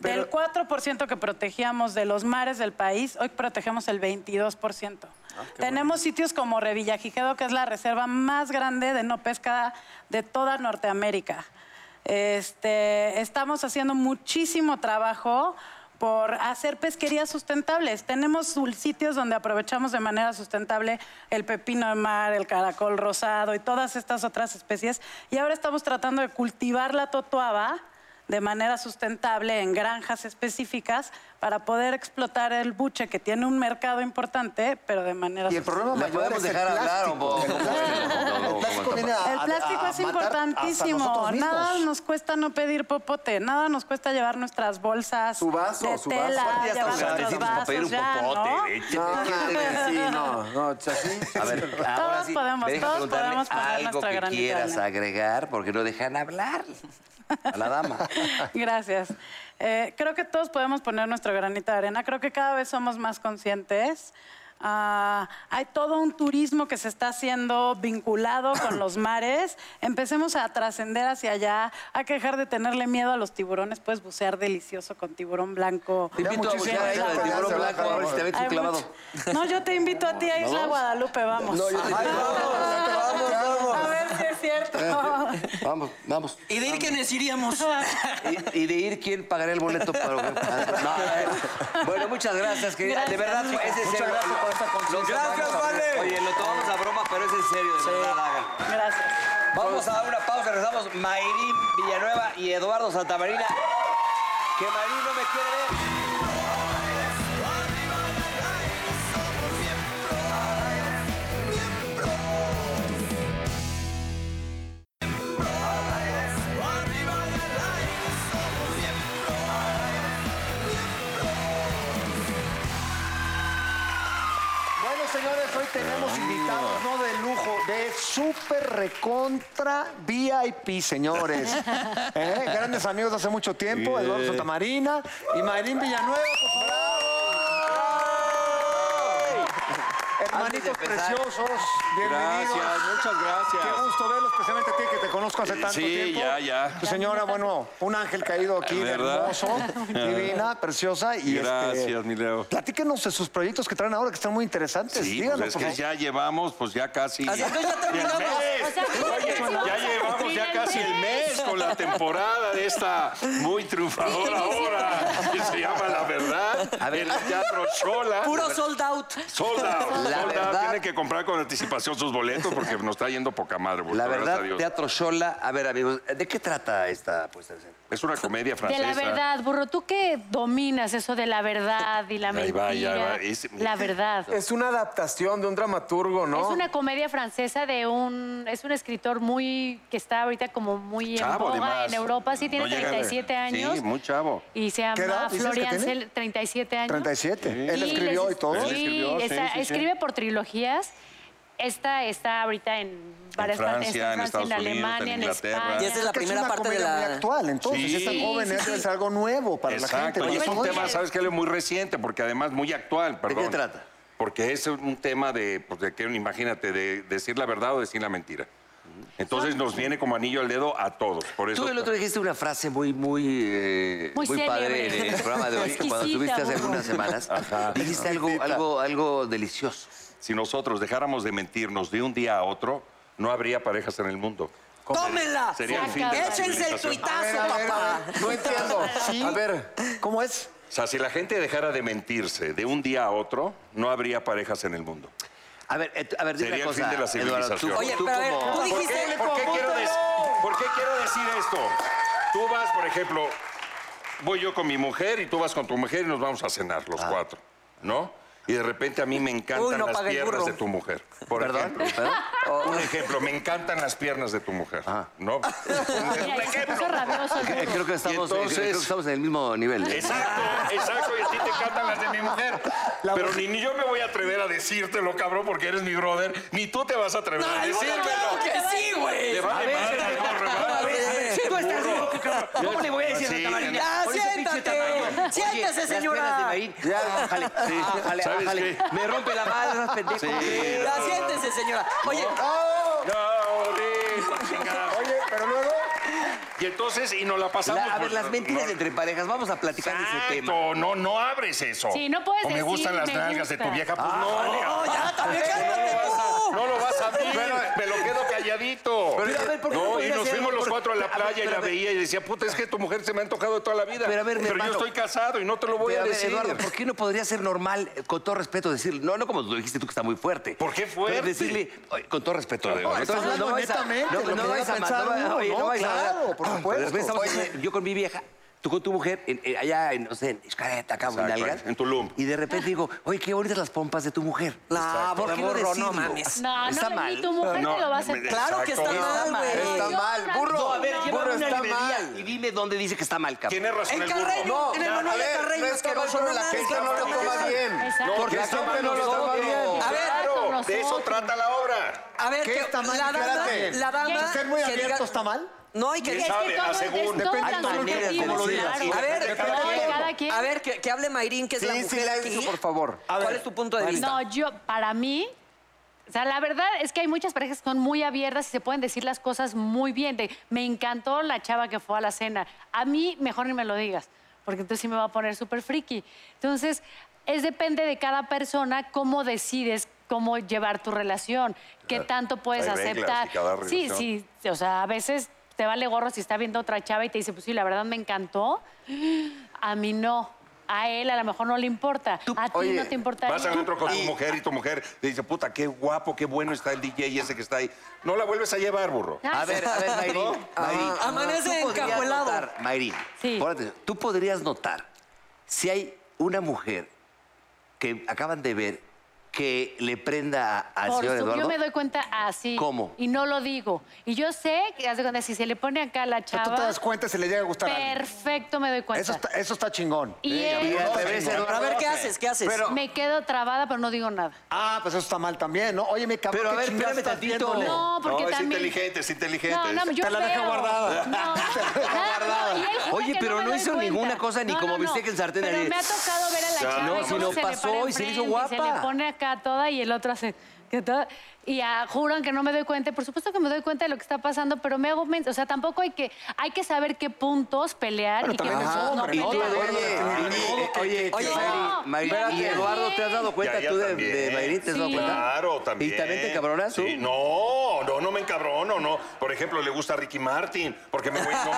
Speaker 7: Del 4% que protegíamos de los mares del país, hoy protegemos el 22%. Tenemos sitios como Revillagigedo, que es la reserva más grande de no pesca de toda Norteamérica. Este, estamos haciendo muchísimo trabajo por hacer pesquerías sustentables. Tenemos sul- sitios donde aprovechamos de manera sustentable el pepino de mar, el caracol rosado y todas estas otras especies. Y ahora estamos tratando de cultivar la totoaba de manera sustentable en granjas específicas para poder explotar el buche que tiene un mercado importante, pero de manera
Speaker 5: Y el
Speaker 7: sustentable.
Speaker 5: problema
Speaker 2: ¿La
Speaker 5: mayor
Speaker 2: podemos
Speaker 5: es el
Speaker 2: dejar hablar o
Speaker 5: plástico.
Speaker 2: po-
Speaker 5: El
Speaker 2: o- o- o-
Speaker 5: plástico-
Speaker 2: o-
Speaker 5: el plástico
Speaker 2: o-
Speaker 5: viene a-
Speaker 7: El
Speaker 5: a-
Speaker 7: plástico
Speaker 5: a
Speaker 7: es
Speaker 5: matar hasta
Speaker 7: importantísimo.
Speaker 5: nosotros mismos.
Speaker 7: Nada nos cuesta no pedir popote, nada nos cuesta llevar nuestras bolsas
Speaker 3: Su vaso,
Speaker 7: de
Speaker 3: su vaso.
Speaker 7: tela,
Speaker 3: Aparte
Speaker 7: llevar
Speaker 2: Los
Speaker 7: nuestros
Speaker 2: agradecidos para
Speaker 7: vasos
Speaker 2: pedir un
Speaker 7: ya,
Speaker 2: popote.
Speaker 7: ¿no?
Speaker 2: de hecho.
Speaker 3: No, no, sí, no, no, chasí.
Speaker 2: A ver,
Speaker 7: Todos
Speaker 2: ahora sí,
Speaker 7: podemos,
Speaker 2: me deja
Speaker 7: todos
Speaker 2: preguntarle
Speaker 7: podemos poner
Speaker 2: algo
Speaker 7: nuestra
Speaker 2: que
Speaker 7: granita de
Speaker 2: quieras
Speaker 7: arena.
Speaker 2: agregar, porque no dejan hablar a la dama.
Speaker 7: Gracias. Eh, creo que todos podemos poner nuestro granito de arena. Creo que cada vez somos más conscientes. Ah, hay todo un turismo que se está haciendo vinculado con los mares. Empecemos a trascender hacia allá. Hay que dejar de tenerle miedo a los tiburones. Puedes bucear delicioso con tiburón blanco.
Speaker 2: Te invito a
Speaker 5: muchísimas
Speaker 2: buscar a Isla del
Speaker 5: gracias.
Speaker 2: Tiburón
Speaker 5: Gracias,
Speaker 2: Blanco, a ver si te metes un
Speaker 7: Hay
Speaker 2: clavado.
Speaker 7: mucho- No, yo te invito a ti a Isla Guadalupe, vamos.
Speaker 3: Vamos,
Speaker 7: A
Speaker 3: vamos.
Speaker 7: ver si es cierto.
Speaker 2: Vamos, vamos.
Speaker 4: ¿Y de ir quiénes iríamos?
Speaker 2: Y, y de ir, ¿quién pagará el boleto para.? No, eh. bueno, muchas gracias, querida. De verdad, es en serio.
Speaker 5: gracias por esta consulta.
Speaker 2: Gracias, Vale. Oye, lo tomamos a broma, pero es en serio, de verdad, hagan.
Speaker 7: Gracias.
Speaker 2: Vamos a dar una pausa, regresamos Mayrín Villanueva y Eduardo Santamarina. Que Mayrín no me quiere ver.
Speaker 5: Bueno, señores, hoy
Speaker 1: Ah.
Speaker 5: tenemos invitados, no de lujo, de súper recontra VIP, señores. ¿Eh? Grandes amigos de hace mucho tiempo, Eduardo Santamarina y Marín Villanueva, por favor.
Speaker 6: antes de
Speaker 5: hermanitos
Speaker 6: empezar.
Speaker 5: preciosos, bienvenidos.
Speaker 1: Gracias, muchas gracias.
Speaker 5: Qué gusto verlos, especialmente a ti que te conozco hace
Speaker 1: Eh,
Speaker 5: tanto
Speaker 1: sí,
Speaker 5: tiempo.
Speaker 1: ya, ya.
Speaker 5: Tu señora, bueno, un ángel caído aquí, de
Speaker 1: ¿Verdad?
Speaker 5: hermoso, divina, preciosa. Y este,
Speaker 1: Gracias, mi Leo.
Speaker 5: Platíquenos de sus proyectos que traen ahora que están muy interesantes.
Speaker 1: Sí,
Speaker 5: Díganos,
Speaker 1: pues es
Speaker 5: por
Speaker 1: que
Speaker 5: favor.
Speaker 1: ya llevamos, pues ya casi.
Speaker 4: Así es, entonces ya terminamos.
Speaker 1: ¡El mes!
Speaker 8: O sea, fíjate que sí vamos
Speaker 1: ya
Speaker 8: a
Speaker 1: llevamos
Speaker 8: cumplir
Speaker 1: ya
Speaker 8: el
Speaker 1: casi el mes con la temporada de esta muy triunfadora ahora, que se llama La Verdad,
Speaker 2: A ver.
Speaker 1: en el Teatro Chola.
Speaker 4: Puro sold out.
Speaker 1: Solda,
Speaker 2: La verdad-
Speaker 1: tienen que comprar con anticipación sus boletos porque nos está yendo poca madre. pues, güey,
Speaker 2: La
Speaker 1: gracias
Speaker 2: verdad,
Speaker 1: a Dios.
Speaker 2: Teatro Shola. A ver, amigos, ¿de qué trata esta puesta en escena?
Speaker 1: es una comedia
Speaker 8: De
Speaker 1: francesa.
Speaker 8: la verdad, burro, tú que dominas eso de la verdad y la
Speaker 1: Ahí
Speaker 8: mentira.
Speaker 1: va, ahí va, ese-
Speaker 8: La verdad.
Speaker 3: Es una adaptación de un dramaturgo, ¿no?
Speaker 8: Es una comedia francesa de un es un escritor muy que está ahorita como muy
Speaker 1: Chavo,
Speaker 8: en boga
Speaker 1: además.
Speaker 8: en Europa, sí tiene
Speaker 1: No llega de-
Speaker 8: 37 años
Speaker 1: Sí, muy chavo.
Speaker 8: y
Speaker 5: ¿Qué
Speaker 8: se
Speaker 5: edad
Speaker 8: llama
Speaker 5: dices que
Speaker 8: Florian
Speaker 5: tiene?
Speaker 8: Sel, 37 años.
Speaker 5: 37. Él
Speaker 8: les
Speaker 5: escribió y
Speaker 8: es-
Speaker 5: todo.
Speaker 1: Él
Speaker 8: Sí,
Speaker 1: escribió, sí,
Speaker 8: está-
Speaker 1: sí, sí.
Speaker 8: escribe por trilogías. Esta está ahorita en varias
Speaker 1: Francia, en
Speaker 8: partes, en Francia, en,
Speaker 1: Estados Unidos, en
Speaker 8: Alemania, en,
Speaker 1: Inglaterra.
Speaker 8: España.
Speaker 4: Y esa es la
Speaker 5: Que
Speaker 4: primera
Speaker 5: es una
Speaker 4: parte de
Speaker 5: comedia
Speaker 4: la-
Speaker 5: muy actual, entonces.
Speaker 1: Sí.
Speaker 5: Es tan joven,
Speaker 8: Sí, sí,
Speaker 5: es
Speaker 8: sí.
Speaker 5: algo nuevo para
Speaker 1: Exacto,
Speaker 5: la
Speaker 1: y
Speaker 5: gente.
Speaker 1: es
Speaker 5: para
Speaker 1: un
Speaker 5: todos.
Speaker 1: tema, ¿sabes qué? Leo? Muy reciente, porque además muy actual, perdón.
Speaker 2: qué trata?
Speaker 1: Porque es un tema de, pues, de que, imagínate, de decir la verdad o decir la mentira.
Speaker 5: Mm.
Speaker 1: Entonces nos viene como anillo al dedo a todos. Por eso
Speaker 2: Tú el otro día dijiste una frase muy, muy, eh,
Speaker 8: Muy célebre.
Speaker 2: padre en el programa de hoy, cuando
Speaker 8: Exquisita,
Speaker 2: estuviste hace
Speaker 8: burro.
Speaker 2: algunas semanas. Dijiste algo, algo, algo delicioso.
Speaker 1: si nosotros dejáramos de mentirnos de un día a otro, no habría parejas en el mundo.
Speaker 4: ¡Tómenla!
Speaker 1: Sería el fin de la
Speaker 4: Échense el
Speaker 1: civilización.
Speaker 3: A ver,
Speaker 4: tuitazo,
Speaker 3: a ver,
Speaker 4: papá.
Speaker 3: a ver, no entiendo. A ver,
Speaker 5: ¿Cómo es?
Speaker 1: O sea, si la gente dejara de mentirse de un día a otro, no habría parejas en el mundo.
Speaker 2: A ver, eh, a ver, dime
Speaker 1: Sería
Speaker 2: una
Speaker 1: el
Speaker 2: cosa,
Speaker 1: fin de la
Speaker 2: Eduardo, tú,
Speaker 1: civilización.
Speaker 4: Oye,
Speaker 2: tú
Speaker 4: pero a ver,
Speaker 2: como-
Speaker 4: tú
Speaker 1: ¿Por qué,
Speaker 4: dijiste...
Speaker 1: por qué quiero dec- por qué quiero decir esto? Tú vas, por ejemplo, voy yo con mi mujer y tú vas con tu mujer y nos vamos a cenar
Speaker 2: Ah.
Speaker 1: los cuatro, ¿no? Y de repente a mí me encantan
Speaker 4: Uy, no
Speaker 1: las
Speaker 4: paga el
Speaker 1: piernas de
Speaker 4: burro.
Speaker 1: tu mujer. Por
Speaker 2: ¿Perdón?
Speaker 1: ejemplo.
Speaker 2: ¿Perdón? Oh. Ah.
Speaker 1: Un ejemplo, me encantan las piernas de tu mujer, ¿no?
Speaker 8: Mira, ya se puso rabioso el
Speaker 2: Eh,
Speaker 8: burro.
Speaker 2: Creo que, estamos, eh,
Speaker 1: entonces-
Speaker 2: creo que estamos en el mismo nivel. ¿eh?
Speaker 1: Exacto, exacto, y a ti te encantan las de mi mujer. Pero ni, ni yo me voy a atrever a decírtelo, cabrón, porque eres mi brother, ni tú te vas a atrever a decírmelo.
Speaker 4: ¡Que sí, güey!
Speaker 1: Te vale madre, cabrón, ¿verdad?
Speaker 6: Sí, tú estás loco, cabrón. ¿Cómo le voy a decir
Speaker 1: Sí,
Speaker 6: a Tamarina?
Speaker 4: ya,
Speaker 6: Por ese pinche
Speaker 4: siéntate.
Speaker 6: tamaño. Oye,
Speaker 4: Siéntese,
Speaker 6: las
Speaker 4: señora.
Speaker 6: piernas de Marín. Ah, Ájale, ájale,
Speaker 1: ¿Sabes
Speaker 6: ájale.
Speaker 1: qué?
Speaker 6: Me rompe la madre, esas pendejas.
Speaker 4: Ya, siéntese, señora. Oye,
Speaker 1: No, de- chingada.
Speaker 5: Oye, pero luego...
Speaker 1: Y entonces, y nos la
Speaker 6: La-
Speaker 1: pasamos.
Speaker 6: a ver,
Speaker 1: por-
Speaker 6: las mentiras
Speaker 1: no-
Speaker 6: entre parejas, vamos a platicar de ese tema.
Speaker 1: Exacto, no, no abres eso.
Speaker 8: Sí, no puedes
Speaker 1: O me
Speaker 8: decir,
Speaker 1: gustan las
Speaker 8: me
Speaker 1: nalgas de tu
Speaker 8: gusta.
Speaker 1: vieja, pues no.
Speaker 4: no, ya, también cálmate
Speaker 1: No,
Speaker 4: tú.
Speaker 1: lo vas a abrir, me lo quedo calladito.
Speaker 6: Pero, a ver, ¿por qué no
Speaker 1: no, y
Speaker 6: podría
Speaker 1: nos
Speaker 6: ser?
Speaker 1: fuimos los
Speaker 6: Por-
Speaker 1: cuatro a la
Speaker 6: a ver,
Speaker 1: playa y
Speaker 6: pero
Speaker 1: la
Speaker 6: a ver.
Speaker 1: veía y decía, puta, es que tu mujer se me ha antojado toda la vida.
Speaker 2: Pero a ver, mi hermano.
Speaker 1: yo estoy casado y no te lo voy
Speaker 2: Pero,
Speaker 1: a
Speaker 2: ver,
Speaker 1: decir.
Speaker 2: Eduardo, ¿por qué no podría ser normal, eh, con todo respeto, decir, no, no como lo dijiste tú que está muy fuerte?
Speaker 1: ¿Por qué fuerte?
Speaker 2: Pero decirle, oye, con todo respeto, Eduardo,
Speaker 6: Entonces,
Speaker 2: entonces,
Speaker 5: hablando
Speaker 6: vais a-
Speaker 5: netamente,
Speaker 6: no-
Speaker 5: lo
Speaker 6: no
Speaker 5: que
Speaker 6: vais
Speaker 5: debe
Speaker 6: a
Speaker 5: pensar
Speaker 6: mandar-
Speaker 5: pues, uno,
Speaker 6: oye,
Speaker 5: ¿no?
Speaker 6: no vais a
Speaker 5: Claro,
Speaker 6: mandar-
Speaker 5: por
Speaker 6: Ah,
Speaker 5: supuesto.
Speaker 6: después estamos
Speaker 2: Oye,
Speaker 6: hablando-
Speaker 2: yo con mi vieja, tú con tu mujer, en- en- allá en, no sé, en Xcareta, acá, en
Speaker 1: Exacto,
Speaker 2: Algar,
Speaker 1: en Tulum.
Speaker 2: Y de repente digo, oye, qué bonitas las pompas de tu mujer.
Speaker 4: La
Speaker 2: ¿Por
Speaker 4: boca
Speaker 2: qué no
Speaker 4: burro, no
Speaker 2: decirlo?
Speaker 4: mames.
Speaker 8: No,
Speaker 2: ¿Está
Speaker 8: no,
Speaker 2: mal?
Speaker 8: ni tu mujer
Speaker 1: No,
Speaker 8: te lo va a
Speaker 1: me-
Speaker 8: hacer.
Speaker 4: Claro que está
Speaker 1: Exacto.
Speaker 4: mal,
Speaker 5: Está
Speaker 4: güey.
Speaker 5: mal, burro.
Speaker 6: No, a ver,
Speaker 5: burro
Speaker 6: llévame una
Speaker 5: está
Speaker 6: librería
Speaker 5: mal.
Speaker 6: y dime dónde dice que está mal, cabrón.
Speaker 1: Tienes razón,
Speaker 4: En
Speaker 1: el burro.
Speaker 4: Carreño, en el
Speaker 5: No,
Speaker 4: manual
Speaker 5: a
Speaker 4: de
Speaker 5: ver,
Speaker 4: Carreño
Speaker 5: no
Speaker 4: es
Speaker 5: está
Speaker 4: que
Speaker 5: mal,
Speaker 4: bajo
Speaker 5: pero
Speaker 4: no
Speaker 5: la
Speaker 4: mames,
Speaker 5: gente
Speaker 4: está
Speaker 5: no lo
Speaker 4: mal.
Speaker 5: toma bien.
Speaker 8: Exacto.
Speaker 5: Porque
Speaker 1: Exacto,
Speaker 5: siempre
Speaker 1: no
Speaker 5: nos
Speaker 1: lo
Speaker 5: toma
Speaker 1: toma
Speaker 5: bien.
Speaker 4: A ver,
Speaker 1: Claro, de eso
Speaker 8: nosotros.
Speaker 1: trata la obra.
Speaker 4: A ver,
Speaker 5: ¿Qué
Speaker 4: que
Speaker 5: está mal?
Speaker 4: la dama,
Speaker 5: Espérate.
Speaker 4: la dama...
Speaker 5: Ser muy
Speaker 4: que diga-
Speaker 5: abierto está mal.
Speaker 4: No, y que
Speaker 1: ¿Quién
Speaker 4: diga...
Speaker 1: sabe? A según.
Speaker 5: Depende
Speaker 8: Depende
Speaker 5: de tu
Speaker 8: de
Speaker 5: manera, como lo digas.
Speaker 4: A ver,
Speaker 8: no, de cada quien.
Speaker 4: a ver, que, que hable Mayrín, que es la
Speaker 5: Sí, sí,
Speaker 4: mujer
Speaker 5: la
Speaker 4: aquí.
Speaker 5: hizo, por favor.
Speaker 4: ¿Cuál es tu punto de vista?
Speaker 8: No, yo, para mí, o sea, la verdad es que hay muchas parejas que son muy abiertas y se pueden decir las cosas muy bien. De, me encantó la chava que fue a la cena. A mí, mejor ni me lo digas, porque entonces sí me va a poner súper friki. Entonces, es depende de cada persona cómo decides cómo llevar tu relación, qué tanto puedes
Speaker 1: Hay reglas
Speaker 8: aceptar.
Speaker 1: y cada
Speaker 8: sí,
Speaker 1: relación.
Speaker 8: sí, o sea, a veces te vale gorro si está viendo otra chava y te dice, pues sí, la verdad me encantó. A mí no. A él a lo mejor no le importa. a ti
Speaker 1: Oye,
Speaker 8: no te importa.
Speaker 1: Vas al otro con tu mujer y tu mujer le dice, puta, qué guapo, qué bueno está el DJ ese que está ahí. No la vuelves a llevar, burro.
Speaker 2: A ver, a ver, Mayrín. Mayrín,
Speaker 4: Ajá. Amanece
Speaker 2: tú podrías
Speaker 4: encajuelado.
Speaker 2: notar, Mayrín,
Speaker 8: Ah, Sí.
Speaker 2: pon atención, tú podrías notar si hay una mujer que acaban de ver que le prenda a- al
Speaker 8: Por
Speaker 2: señor
Speaker 8: su-
Speaker 2: Eduardo.
Speaker 8: Yo me doy cuenta así.
Speaker 2: ¿Cómo?
Speaker 8: Y no lo digo. Y yo sé que haz de cuenta, si se le pone acá a la
Speaker 5: Tú
Speaker 8: chava.
Speaker 5: te das cuenta si le llega a gustar a alguien.
Speaker 8: Perfecto, me doy cuenta.
Speaker 5: Eso está, eso está chingón.
Speaker 8: Y
Speaker 2: Y
Speaker 8: él,
Speaker 2: al revés,
Speaker 4: Pero
Speaker 2: Eduardo.
Speaker 4: a ver, ¿qué haces? ¿Qué haces?
Speaker 5: Pero-
Speaker 8: me quedo trabada, pero no digo nada.
Speaker 5: Ah, pues eso está mal también, ¿no? Oye, me cabrón,
Speaker 6: Pero a
Speaker 5: ¿qué
Speaker 6: ver,
Speaker 5: chingados
Speaker 6: espérame
Speaker 5: estás
Speaker 6: tantito.
Speaker 5: viéndole?
Speaker 8: No, porque
Speaker 1: no, es
Speaker 8: también.
Speaker 1: inteligente, es inteligente.
Speaker 8: No, no, yo
Speaker 5: Te la deja
Speaker 8: veo.
Speaker 5: guardada.
Speaker 8: No, nada, no, y él jura
Speaker 6: Oye,
Speaker 8: que
Speaker 6: pero
Speaker 8: me
Speaker 6: no
Speaker 8: doy
Speaker 6: hizo ninguna cosa, ni como
Speaker 8: no,
Speaker 6: bistec en sartén,
Speaker 8: Pero
Speaker 6: nadie.
Speaker 8: me ha tocado ver a la
Speaker 1: Ya,
Speaker 8: chava
Speaker 1: no,
Speaker 8: y
Speaker 1: si
Speaker 8: cómo
Speaker 6: no
Speaker 8: se le
Speaker 6: pasó
Speaker 8: para
Speaker 6: y se le
Speaker 8: enfrente,
Speaker 6: hizo
Speaker 8: y
Speaker 6: guapa.
Speaker 8: Se le pone acá toda y el otro hace que todo. Y ah, juran que no me doy cuenta. Por supuesto que me doy cuenta de lo que está pasando, pero me hago... men- O sea, tampoco hay que... Hay que saber qué puntos pelear y qué
Speaker 5: también
Speaker 8: puntos
Speaker 5: es
Speaker 8: no
Speaker 5: hombre, ¿no?
Speaker 8: pelear.
Speaker 5: Todo
Speaker 2: Oye, oye, oye, Mayri, Mayri,
Speaker 8: espérate.
Speaker 2: y Eduardo, ¿te has dado cuenta
Speaker 1: Ya, ya
Speaker 2: tú de,
Speaker 1: también.
Speaker 2: de Mayri? ¿Te has dado
Speaker 8: Sí.
Speaker 2: cuenta?
Speaker 1: Claro, también.
Speaker 2: ¿Y también te cabronas tú?
Speaker 1: Sí, no, no, no me encabrono, no. Por ejemplo, le gusta Ricky Martin, porque me, no me encabrono,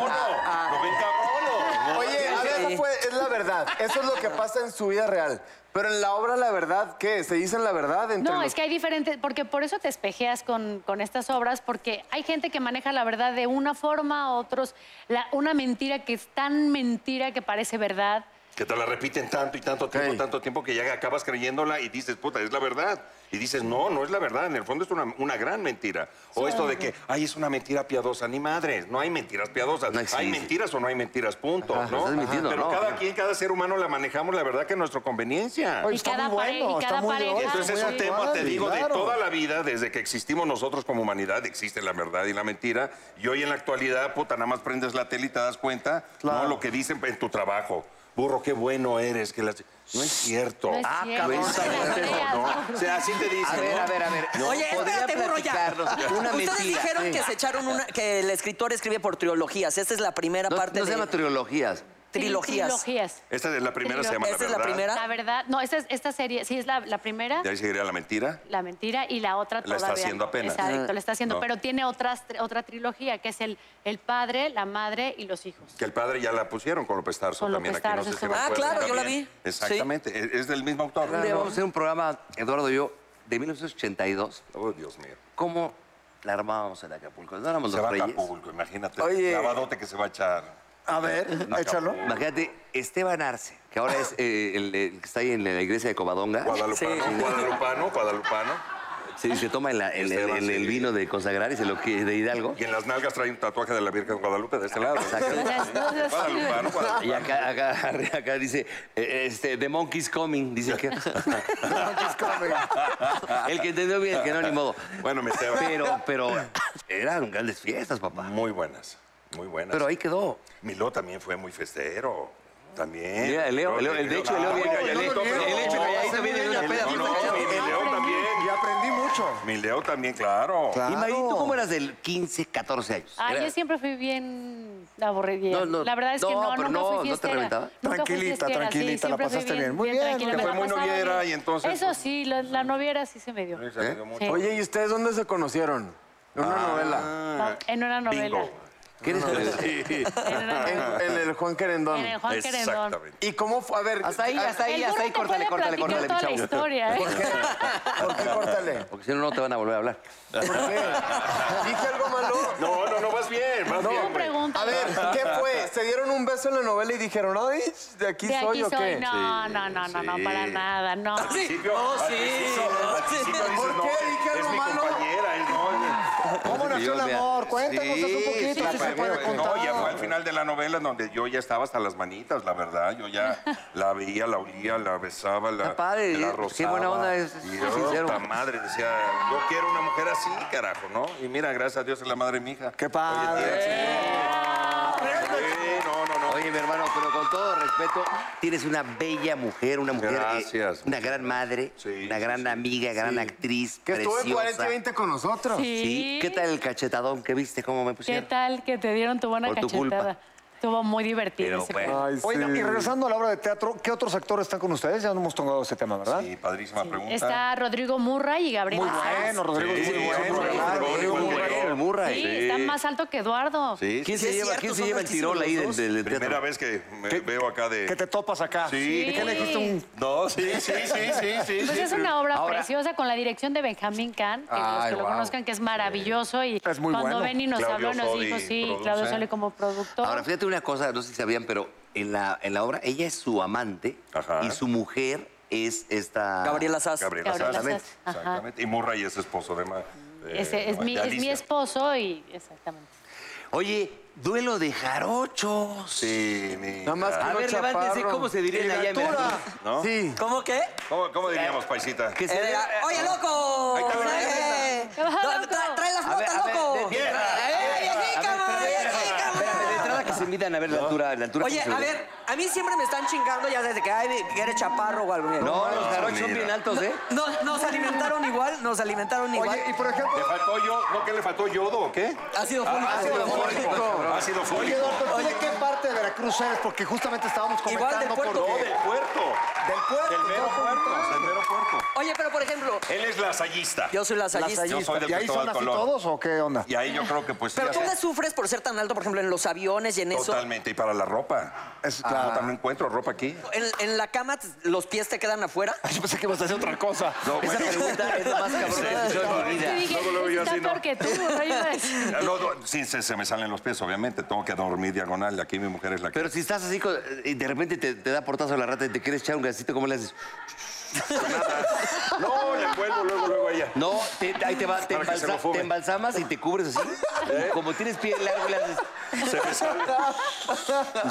Speaker 1: no me encabrono. no.
Speaker 10: Oye, a ver, esa fue- es la verdad. Eso es lo que pasa en su vida real. Pero en la obra, la verdad, ¿qué? ¿Se dicen la verdad entre
Speaker 8: No,
Speaker 10: los
Speaker 8: es que hay diferentes, porque por eso te espejeas con, con estas obras, porque hay gente que maneja la verdad de una forma, otros, la- una mentira que es tan mentira que parece verdad.
Speaker 1: Que te la repiten tanto y tanto tiempo,
Speaker 10: Ok.
Speaker 1: tanto tiempo que ya acabas creyéndola y dices, puta, es la verdad. Y dices, no, no es la verdad. En el fondo es una, una gran mentira. O esto de que, ay, es una mentira piadosa. Ni madres, no hay mentiras piadosas.
Speaker 2: No existe.
Speaker 1: hay mentiras o no hay mentiras, punto.
Speaker 2: Ajá,
Speaker 1: ¿no?
Speaker 2: estás mintiendo,
Speaker 1: Pero
Speaker 2: ¿no?
Speaker 1: cada quien, cada ser humano la manejamos, la verdad, que a nuestra conveniencia.
Speaker 5: Oye,
Speaker 8: Y
Speaker 5: está
Speaker 8: cada
Speaker 5: muy
Speaker 8: pare- y
Speaker 5: está
Speaker 8: cada
Speaker 5: muy
Speaker 8: pareja-
Speaker 5: de hoy,
Speaker 1: Entonces es
Speaker 5: muy
Speaker 1: un tema, te
Speaker 5: actual,
Speaker 1: digo, de
Speaker 5: claro.
Speaker 1: toda la vida, desde que existimos nosotros como humanidad, existe la verdad y la mentira. Y hoy en la actualidad, puta, nada más prendes la tele y te das cuenta, no lo que dicen en tu trabajo. Burro, qué bueno eres. Que las... No es cierto.
Speaker 8: No es
Speaker 2: Ah,
Speaker 8: cierto.
Speaker 2: cabrón,
Speaker 8: No
Speaker 2: está
Speaker 8: es
Speaker 2: bueno,
Speaker 8: cierto.
Speaker 1: O sea, así te
Speaker 2: A
Speaker 1: dicen.
Speaker 2: ver,
Speaker 1: ¿no?
Speaker 2: a ver, a ver.
Speaker 4: Oye,
Speaker 2: ¿Podría
Speaker 4: espérate, burro, ya.
Speaker 2: platicarnos Una
Speaker 4: Ustedes
Speaker 2: mentira.
Speaker 4: dijeron
Speaker 2: Sí.
Speaker 4: que se echaron una... que el escritor escribe por trilogías. Esta es la primera
Speaker 2: No,
Speaker 4: parte
Speaker 2: no se
Speaker 4: de
Speaker 2: llama trilogías.
Speaker 4: trilogías.
Speaker 8: Trilogías.
Speaker 1: Esta es la primera, se
Speaker 8: Pero
Speaker 1: llama la
Speaker 4: esta es la
Speaker 1: verdad.
Speaker 4: primera.
Speaker 8: La verdad, no, esta, es- esta serie, sí, es la, la primera,
Speaker 1: De ahí seguiría la mentira.
Speaker 8: la mentira, y la otra
Speaker 1: La está
Speaker 8: todavía.
Speaker 1: haciendo apenas.
Speaker 8: Exacto, la está haciendo,
Speaker 1: No.
Speaker 8: pero tiene otras, tri- otra trilogía, que es el, el padre, la madre y los hijos.
Speaker 1: Que el padre ya la pusieron con López Tarso
Speaker 8: Con
Speaker 1: también
Speaker 8: López
Speaker 1: aquí.
Speaker 8: Tarso,
Speaker 1: no sé si
Speaker 8: estuvo-
Speaker 1: recuerdan
Speaker 4: Ah, claro, yo la
Speaker 1: también.
Speaker 4: vi.
Speaker 1: Exactamente, es- es del mismo autor.
Speaker 2: Un día Vamos a hacer un programa, Eduardo y yo, de 1982.
Speaker 1: Oh, Dios mío.
Speaker 2: ¿Cómo la armábamos en Acapulco? No éramos
Speaker 1: Se va
Speaker 2: los
Speaker 1: a
Speaker 2: reyes.
Speaker 1: Acapulco, imagínate.
Speaker 10: Oye.
Speaker 1: Lavadote que se va a echar.
Speaker 5: A ver, échalo.
Speaker 2: Imagínate, Esteban Arce, que ahora es eh, el, el que está ahí en la iglesia de Covadonga.
Speaker 1: Guadalupano, guadalupano, guadalupano.
Speaker 2: Sí, se toma en, la- en- en- en el vino de consagrar y se lo que de Hidalgo.
Speaker 1: Y en las nalgas trae un tatuaje de la Virgen de Guadalupe de este lado.
Speaker 2: Exacto.
Speaker 1: Guadalupano,
Speaker 2: Y
Speaker 1: guadalupano.
Speaker 2: acá, acá, acá dice, eh,
Speaker 1: e-,
Speaker 2: este, The Monkey's Coming, dice el que... el que entendió bien, el que no, ni modo.
Speaker 1: Bueno, mi Esteban.
Speaker 2: Pero, pero eran grandes fiestas, papá.
Speaker 1: Muy buenas, muy buenas.
Speaker 2: Pero ahí quedó.
Speaker 1: Miló también fue muy festero. También.
Speaker 2: Mira, Leo, Leo, el de hecho, Leo viene-
Speaker 1: Muy calladito,
Speaker 5: Leo viene-
Speaker 1: pero-
Speaker 5: el hecho que ahí también viene una
Speaker 1: No,
Speaker 5: peda,
Speaker 1: no,
Speaker 5: está callado.
Speaker 1: mi Leo también.
Speaker 5: Y aprendí mucho.
Speaker 1: Mi Leo también, claro.
Speaker 5: Claro.
Speaker 2: Y Marín, ¿tú cómo eras del 15, 14 años?
Speaker 8: Ah,
Speaker 2: Era-
Speaker 8: yo siempre fui bien aburrida.
Speaker 2: No, no,
Speaker 8: la verdad es que
Speaker 2: no,
Speaker 8: no,
Speaker 2: pero
Speaker 8: nunca
Speaker 2: no, ¿no
Speaker 8: fui
Speaker 2: te
Speaker 8: fiestera.
Speaker 2: reventaba?
Speaker 8: Nunca fui
Speaker 5: Tranquilita,
Speaker 8: fiestera,
Speaker 5: tranquilita, la
Speaker 8: siempre fui
Speaker 5: pasaste bien. Muy bien, pues,
Speaker 8: tranquila,
Speaker 1: que
Speaker 8: me la
Speaker 1: fue muy
Speaker 8: pasaba
Speaker 1: noviera
Speaker 8: bien.
Speaker 1: y entonces,
Speaker 8: Eso
Speaker 1: pues-
Speaker 8: sí, la, la noviera sí se me dio.
Speaker 1: Se me dio mucho.
Speaker 8: Sí.
Speaker 10: Oye, ¿y ustedes dónde se conocieron? En una
Speaker 1: Ah.
Speaker 10: novela.
Speaker 8: No, en una novela.
Speaker 1: Bingo.
Speaker 2: ¿Qué eres?
Speaker 8: En una novela.
Speaker 10: En, en el Juan Querendón.
Speaker 8: En el Juan Querendón.
Speaker 1: Exactamente.
Speaker 10: ¿Y cómo fue? A ver,
Speaker 2: Hasta ahí, hasta ahí,
Speaker 8: El
Speaker 2: hasta ahí,
Speaker 8: burro te
Speaker 2: córtale,
Speaker 8: puede
Speaker 2: córtale, córtale, mi
Speaker 8: platicar toda
Speaker 2: chavo.
Speaker 8: la historia, ¿eh?
Speaker 10: ¿por qué córtale?
Speaker 2: Porque si no, no te van a volver a hablar.
Speaker 10: ¿Por qué? ¿Dije algo malo?
Speaker 1: No, no, no, vas bien, vas bien.
Speaker 8: Tú
Speaker 1: güey.
Speaker 8: pregunta.
Speaker 10: A ver, ¿qué fue? ¿Se dieron un beso en la novela y dijeron, ay, de aquí
Speaker 8: ¿De
Speaker 10: soy
Speaker 8: aquí
Speaker 10: o
Speaker 8: soy?
Speaker 10: qué?
Speaker 8: No, no, no, no, no,
Speaker 1: sí.
Speaker 8: para nada, no.
Speaker 1: Al principio, al principio, al principio dices,
Speaker 10: ¿Por
Speaker 1: no,
Speaker 10: qué dije
Speaker 1: es
Speaker 10: algo
Speaker 1: mi
Speaker 10: malo?
Speaker 1: compañera, él no.
Speaker 5: ¿Cómo nació el amor? Cuéntanos eso un poquito,
Speaker 1: la
Speaker 5: ¿qué se
Speaker 1: pagué,
Speaker 5: puede
Speaker 1: güey.
Speaker 5: contar?
Speaker 1: No, ya fue al final de la novela donde yo ya estaba hasta las manitas, la verdad. Yo ya la veía, la olía, la besaba, la,
Speaker 2: Está padre,
Speaker 1: la
Speaker 2: qué
Speaker 1: rozaba.
Speaker 2: buena onda, es- es
Speaker 1: Y yo,
Speaker 2: sincero.
Speaker 1: puta madre, decía, yo quiero una mujer así, carajo, ¿no? Y mira, gracias a Dios es la madre de mi hija.
Speaker 5: ¡Qué padre!
Speaker 1: Hoy en día, sí. Sí, no, no, no.
Speaker 2: Oye, mi hermano, pero con todo respeto, tienes una bella mujer, una mujer. eh,
Speaker 1: Gracias.
Speaker 2: una gran madre,
Speaker 1: Sí,
Speaker 2: una
Speaker 1: sí,
Speaker 2: gran
Speaker 1: sí.
Speaker 2: amiga, gran actriz.
Speaker 10: Que estuvo en
Speaker 2: preciosa.
Speaker 10: 40 y 20 con nosotros.
Speaker 8: Sí.
Speaker 2: Sí. ¿Qué tal el cachetadón que viste? ¿Cómo me
Speaker 8: ¿Qué
Speaker 2: pusieron?
Speaker 8: tal que te dieron tu buena
Speaker 2: Por tu culpa.
Speaker 8: cachetada? Estuvo muy divertido.
Speaker 2: Pero
Speaker 8: ese
Speaker 2: bueno.
Speaker 10: Ay, sí.
Speaker 5: Oigan, y regresando a la obra de teatro, ¿qué otros actores están con ustedes? Ya no hemos tocado ese tema, ¿verdad?
Speaker 1: Sí, padrísima pregunta.
Speaker 8: Está Rodrigo Murray y Gabriel
Speaker 5: Muy
Speaker 8: Salas.
Speaker 5: bueno, Rodrigo.
Speaker 1: Sí,
Speaker 5: muy
Speaker 1: es
Speaker 5: bueno.
Speaker 1: otro gran
Speaker 5: claro.
Speaker 1: Rodrigo
Speaker 2: Muy
Speaker 1: Murray.
Speaker 2: bueno, el Murray.
Speaker 8: Sí, está más alto que Eduardo.
Speaker 1: Sí,
Speaker 2: ¿Quién se
Speaker 4: Sí, es
Speaker 2: lleva,
Speaker 4: cierto,
Speaker 2: ¿quién se
Speaker 4: son
Speaker 2: lleva el
Speaker 4: altísimos
Speaker 2: tirol ahí
Speaker 4: los
Speaker 2: del,
Speaker 4: dos.
Speaker 2: del
Speaker 1: Primera
Speaker 2: teatro?
Speaker 1: vez que me veo acá de...
Speaker 5: Que te topas acá.
Speaker 1: Sí.
Speaker 8: Sí.
Speaker 5: ¿Qué le dijiste un
Speaker 1: No, sí, sí, sí, sí, sí.
Speaker 8: Pues
Speaker 1: sí,
Speaker 8: es
Speaker 1: sí.
Speaker 8: una obra
Speaker 2: Ahora-
Speaker 8: preciosa con la dirección de Benjamín Kahn, que los
Speaker 5: Ay,
Speaker 8: que lo
Speaker 5: guau.
Speaker 8: conozcan, que es maravilloso. Y
Speaker 5: Es muy
Speaker 8: cuando
Speaker 5: bueno.
Speaker 8: Benny nos
Speaker 1: Claudio
Speaker 8: habló, nos
Speaker 1: Soli Ah,
Speaker 8: dijo, sí,
Speaker 1: produce.
Speaker 8: Claudio Soli como productor.
Speaker 2: Ahora, fíjate una cosa, no sé si sabían, pero en la, en la obra ella es su amante
Speaker 1: Ajá.
Speaker 2: y su mujer es esta...
Speaker 4: Gabriela Sass.
Speaker 1: Gabriela
Speaker 8: Gabriela
Speaker 1: Sass.
Speaker 8: Sass,
Speaker 1: Exactamente.
Speaker 8: ajá.
Speaker 1: Exactamente. Y Murray es esposo de... Ma- de-
Speaker 8: Ese es,
Speaker 1: de
Speaker 8: mi, es mi
Speaker 1: Alicia.
Speaker 8: esposo y exactamente.
Speaker 2: Oye, duelo de jarochos.
Speaker 1: Sí, mi...
Speaker 10: Nada más que
Speaker 6: A
Speaker 10: no
Speaker 6: ver, levántense,
Speaker 10: chaparro.
Speaker 6: ¿cómo se dirían allá en Veracruz?
Speaker 1: ¿No?
Speaker 10: Sí.
Speaker 4: ¿Cómo qué?
Speaker 1: ¿Cómo, cómo diríamos, paisita?
Speaker 2: Que se
Speaker 4: Eh,
Speaker 2: vea-
Speaker 4: ¡Oye, loco!
Speaker 1: Ahí está, mira, ahí
Speaker 4: Eh,
Speaker 8: está.
Speaker 4: no, tra- ¡Trae la
Speaker 2: A ver,
Speaker 4: flota,
Speaker 2: a ver,
Speaker 4: loco!
Speaker 2: de-
Speaker 4: eh, ¡Ey, así, cabrón! ¡Así, cabrón!
Speaker 6: Espérame, de entrada que se
Speaker 2: cuidan a ver la altura. La altura
Speaker 4: Oye,
Speaker 2: que se
Speaker 4: a
Speaker 2: ve.
Speaker 4: ver, a mí siempre me están chingando ya desde que ay, que eres chaparro o algo.
Speaker 2: No, los jarochos son bien altos, ¿eh?
Speaker 4: No, no, nos alimentaron igual, nos alimentaron igual. Oye, y por ejemplo...
Speaker 1: ¿Le faltó yo? ¿No que le faltó yodo o qué?
Speaker 4: Ácido
Speaker 1: Ah,
Speaker 4: fólico.
Speaker 1: Ácido fólico. Ácido
Speaker 5: Oye,
Speaker 1: fólico.
Speaker 5: doctor, ¿tú ¿de qué parte de Veracruz eres? Porque justamente estábamos comentando
Speaker 1: No, del puerto.
Speaker 5: Del puerto.
Speaker 1: Del mero puerto. Del mero puerto.
Speaker 4: Oye, pero por ejemplo...
Speaker 2: Eh,
Speaker 1: Él es lasallista.
Speaker 4: Yo soy lasallista.
Speaker 1: Yo soy del
Speaker 5: ¿Y ahí son
Speaker 1: Cristóbal
Speaker 5: así
Speaker 1: Colón.
Speaker 5: todos o qué onda?
Speaker 1: Y ahí yo creo que pues...
Speaker 4: Pero
Speaker 1: ya
Speaker 4: tú
Speaker 1: sé.
Speaker 4: le sufres por ser tan alto, por ejemplo, en los aviones y en eso.
Speaker 1: Totalmente. Y para la ropa. Es claro. también encuentro ropa aquí.
Speaker 4: ¿En, en la cama t- los pies te quedan afuera?
Speaker 5: Yo pensé que ibas a hacer otra cosa.
Speaker 1: No, bueno.
Speaker 11: Yo dije,
Speaker 1: Luego, luego yo
Speaker 11: está
Speaker 1: así, ¿no?
Speaker 11: peor que tú, ¿no? Yo iba a decir.
Speaker 1: No, no, sí, se, se me salen los pies, obviamente. Tengo que dormir diagonal. Aquí mi mujer es la que...
Speaker 2: Pero si estás así con- eh, y de repente te, te da portazo a la rata y te quieres echar un gasito, ¿cómo le haces?
Speaker 1: No, le vuelvo luego, luego allá.
Speaker 2: No, te- ahí te va, te,
Speaker 1: Para que se
Speaker 2: embalsa-
Speaker 1: lo fume. ¿Eh?
Speaker 2: te embalsamas y te cubres así. Y Como tienes pie largo, le haces.
Speaker 1: Se me sale.
Speaker 2: Y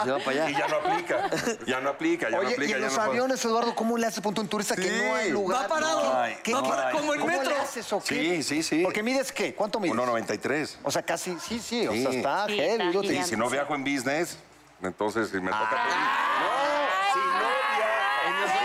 Speaker 2: se va para allá.
Speaker 1: Y ya no aplica. Ya no aplica, ya no
Speaker 5: Oye, y
Speaker 1: aplica.
Speaker 5: en
Speaker 1: ya
Speaker 5: los
Speaker 1: no puedo.
Speaker 5: aviones, Eduardo, ¿cómo le haces punto un turista que no hay lugar?
Speaker 4: Va parado.
Speaker 1: Ay,
Speaker 5: ¿Qué?
Speaker 1: no
Speaker 5: ¿Qué?
Speaker 1: hay.
Speaker 4: Como el
Speaker 5: ¿Cómo
Speaker 4: metro.
Speaker 5: le haces o qué?
Speaker 1: Sí, sí, sí.
Speaker 5: Porque mides qué? ¿Cuánto mides?
Speaker 1: 1.93.
Speaker 5: O sea, casi, sí, sí, o sea,
Speaker 1: Sí.
Speaker 5: está
Speaker 11: Sí,
Speaker 5: heavy.
Speaker 11: está
Speaker 5: dude.
Speaker 1: Y
Speaker 11: gigante.
Speaker 1: si no viajo en business, entonces si me toca
Speaker 5: Ah.
Speaker 1: pedir. No, si no